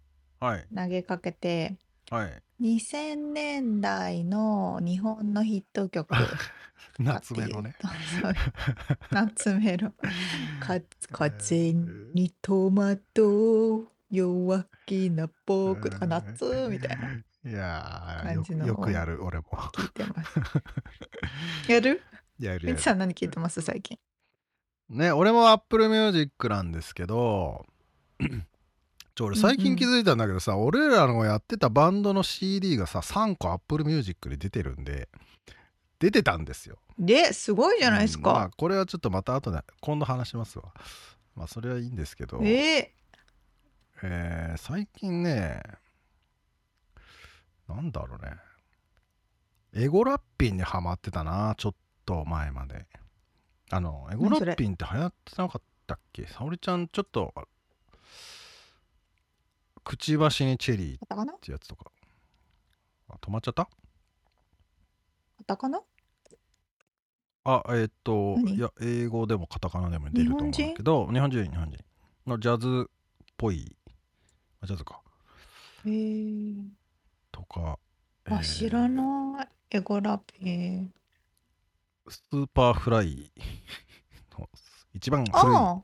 はい、
投げかけて
はい。
2000年代の日本のヒット曲
夏目のね。
かっていうとそう夏 メロか風にトマト弱気な僕あ夏みたいな。
いやー
感じの
よよくやる俺も
聞いてます。 やる
やるや
み
る
つさん何聞いてます最近
ね俺も Apple Music なんですけどちょ俺最
うんう
近
ん
気づいたんだけどさ、俺らのやってたバンドの CD がさ3個 Apple Music で出てるんで出てたんですよ。
で、すごいじゃないです
うんまあ
か。
これはちょっとまた後で今度話しますわ。まあそれはいいんですけど、
え
えー最近ねなんだろうねエゴラッピンにハマってたなちょっと前まであのエゴラ
何それ
ッピンって流行ってなかったっけ沙織ちゃんちょっとあくちばしにチェリーっ
カタカナ
てやつとかあ止まっちゃった
カタカナ
あえーっと
何
いや英語でもカタカナでも出ると思うんだけど日本人日本人のジャズっぽいあジャズか
へえ。
とかえ
あ、
ー
知らない。エゴラピー。
スーパーフライの一番古い
あ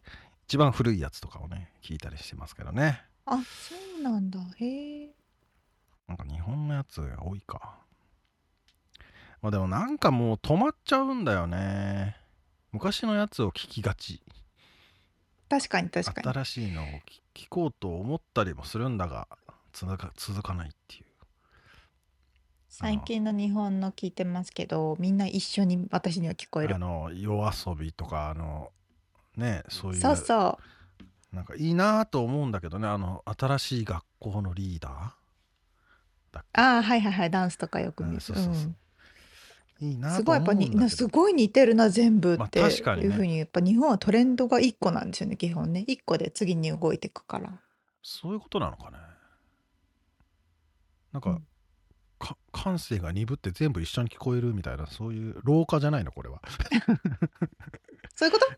一番古いやつとかをね聞いたりしてますけどね
あ、あ、そうなんだ。へえ。
なんか日本のやつが多いかまあでもなんかもう止まっちゃうんだよね昔のやつを聞きがち
確かに確かに。
新しいのを聞聞こうと思ったりもするんだが続か続かないっていう
最近の日本の聞いてますけど、みんな一緒に私には聞こえる
あ。の夜遊びとかあのねそういう
そうそ
なんかいいなぁと思うんだけどねあの新しい学校のリーダーだっ
う。
け
ああ、はいはいはい。ダンスとかよく
う
見
ん
る。
そうそうそういい
うん
な
す
と
ごい
思うん
やっ
だ
ぱ
け
に
ど
すごい似てるな全部
まあ
って
確かにね
いうふうにやっぱ日本はトレンドが一個なんですよね基本ね一個で次に動いていくから
そういうことなのかねなん
う
か
ん
か感性が鈍って全部一緒に聞こえるみたいなそういう老化じゃないのこれは
そういう ことい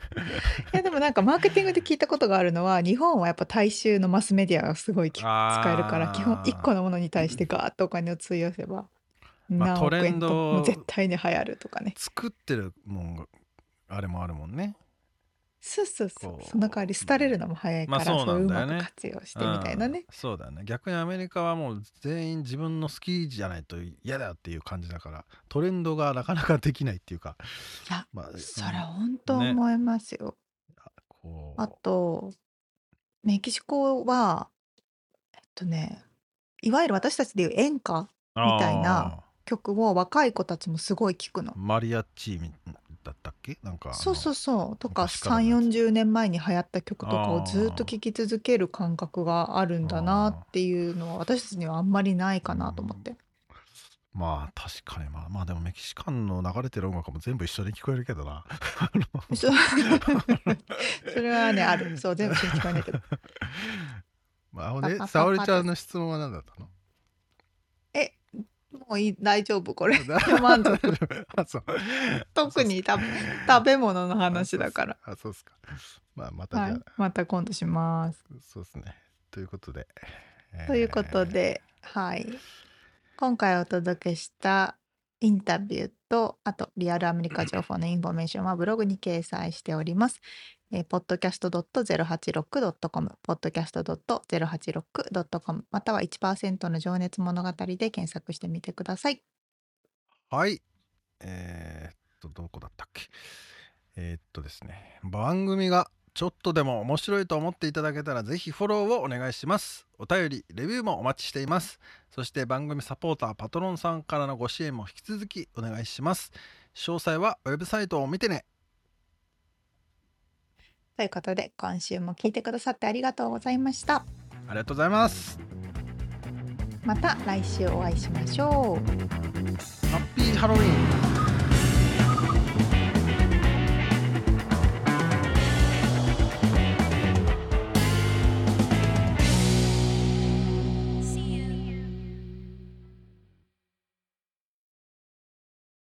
やでもなんかマーケティングで聞いたことがあるのは日本はやっぱ大衆のマスメディアがすごいき使
あー
えるから基本一個のものに対してガーッとお金を費やせば
まあ
何億
トレン
円
ド
ともう絶対に流行るとかね
作ってるもんがあれもあるもんね
そうそうそう
こう
その代わり廃れるのも早いか
まあ
ら
そう
それを
な
う
んだ
ま
よね
く活用してみたいな
う
ね
んそうだね逆にアメリカはもう全員自分の好きじゃないと嫌だっていう感じだからトレンドがなかなかできないっていうか
いや
まあ
それ本当思いますよ
こう
あとメキシコは、えっとね、いわゆる私たちでいう演歌みたいな曲を若い子たちもすごい聴くの
あー。マリアッチーみだったっけなんかあの
そうそうそうとか
昔からのやつ
3 4 0年前に流行った曲とかをずっと聴き続ける感覚があるんだなっていうのは私たちにはあんまりないかなと思って
まあ確かにまあまあでもメキシカンの流れてる音楽も全部一緒に聞こえるけどな
そう それはねあるそう全部聞こえないけど
まあで
パパパパ
沙織ちゃんの質問は何だったの
もういい大丈夫これ満足
あ そう
特に食べ食べ物の話だから
あそうっすかまあまた
は
じゃ
いまた今度します
あそうですねということでえー
ということで、はい、今回お届けしたインタビューとあとリアルアメリカ情報のインフォメーションはブログに掲載しております。えー、podcast.086.com podcast.086.com または1%の情熱物語で検索してみてください。
はい。えーっと、どこだったっけえーっとですね、番組がちょっとでも面白いと思っていただけたら、ぜひフォローをお願いします。お便り、レビューもお待ちしています。そして番組サポーター、パトロンさんからのご支援も引き続きお願いします。詳細はウェブサイトを見てね。
ということで今週も聞いてくださってありがとうございました。
ありがとうございます。
また来週お会いしましょう。
ハッピーハロウィン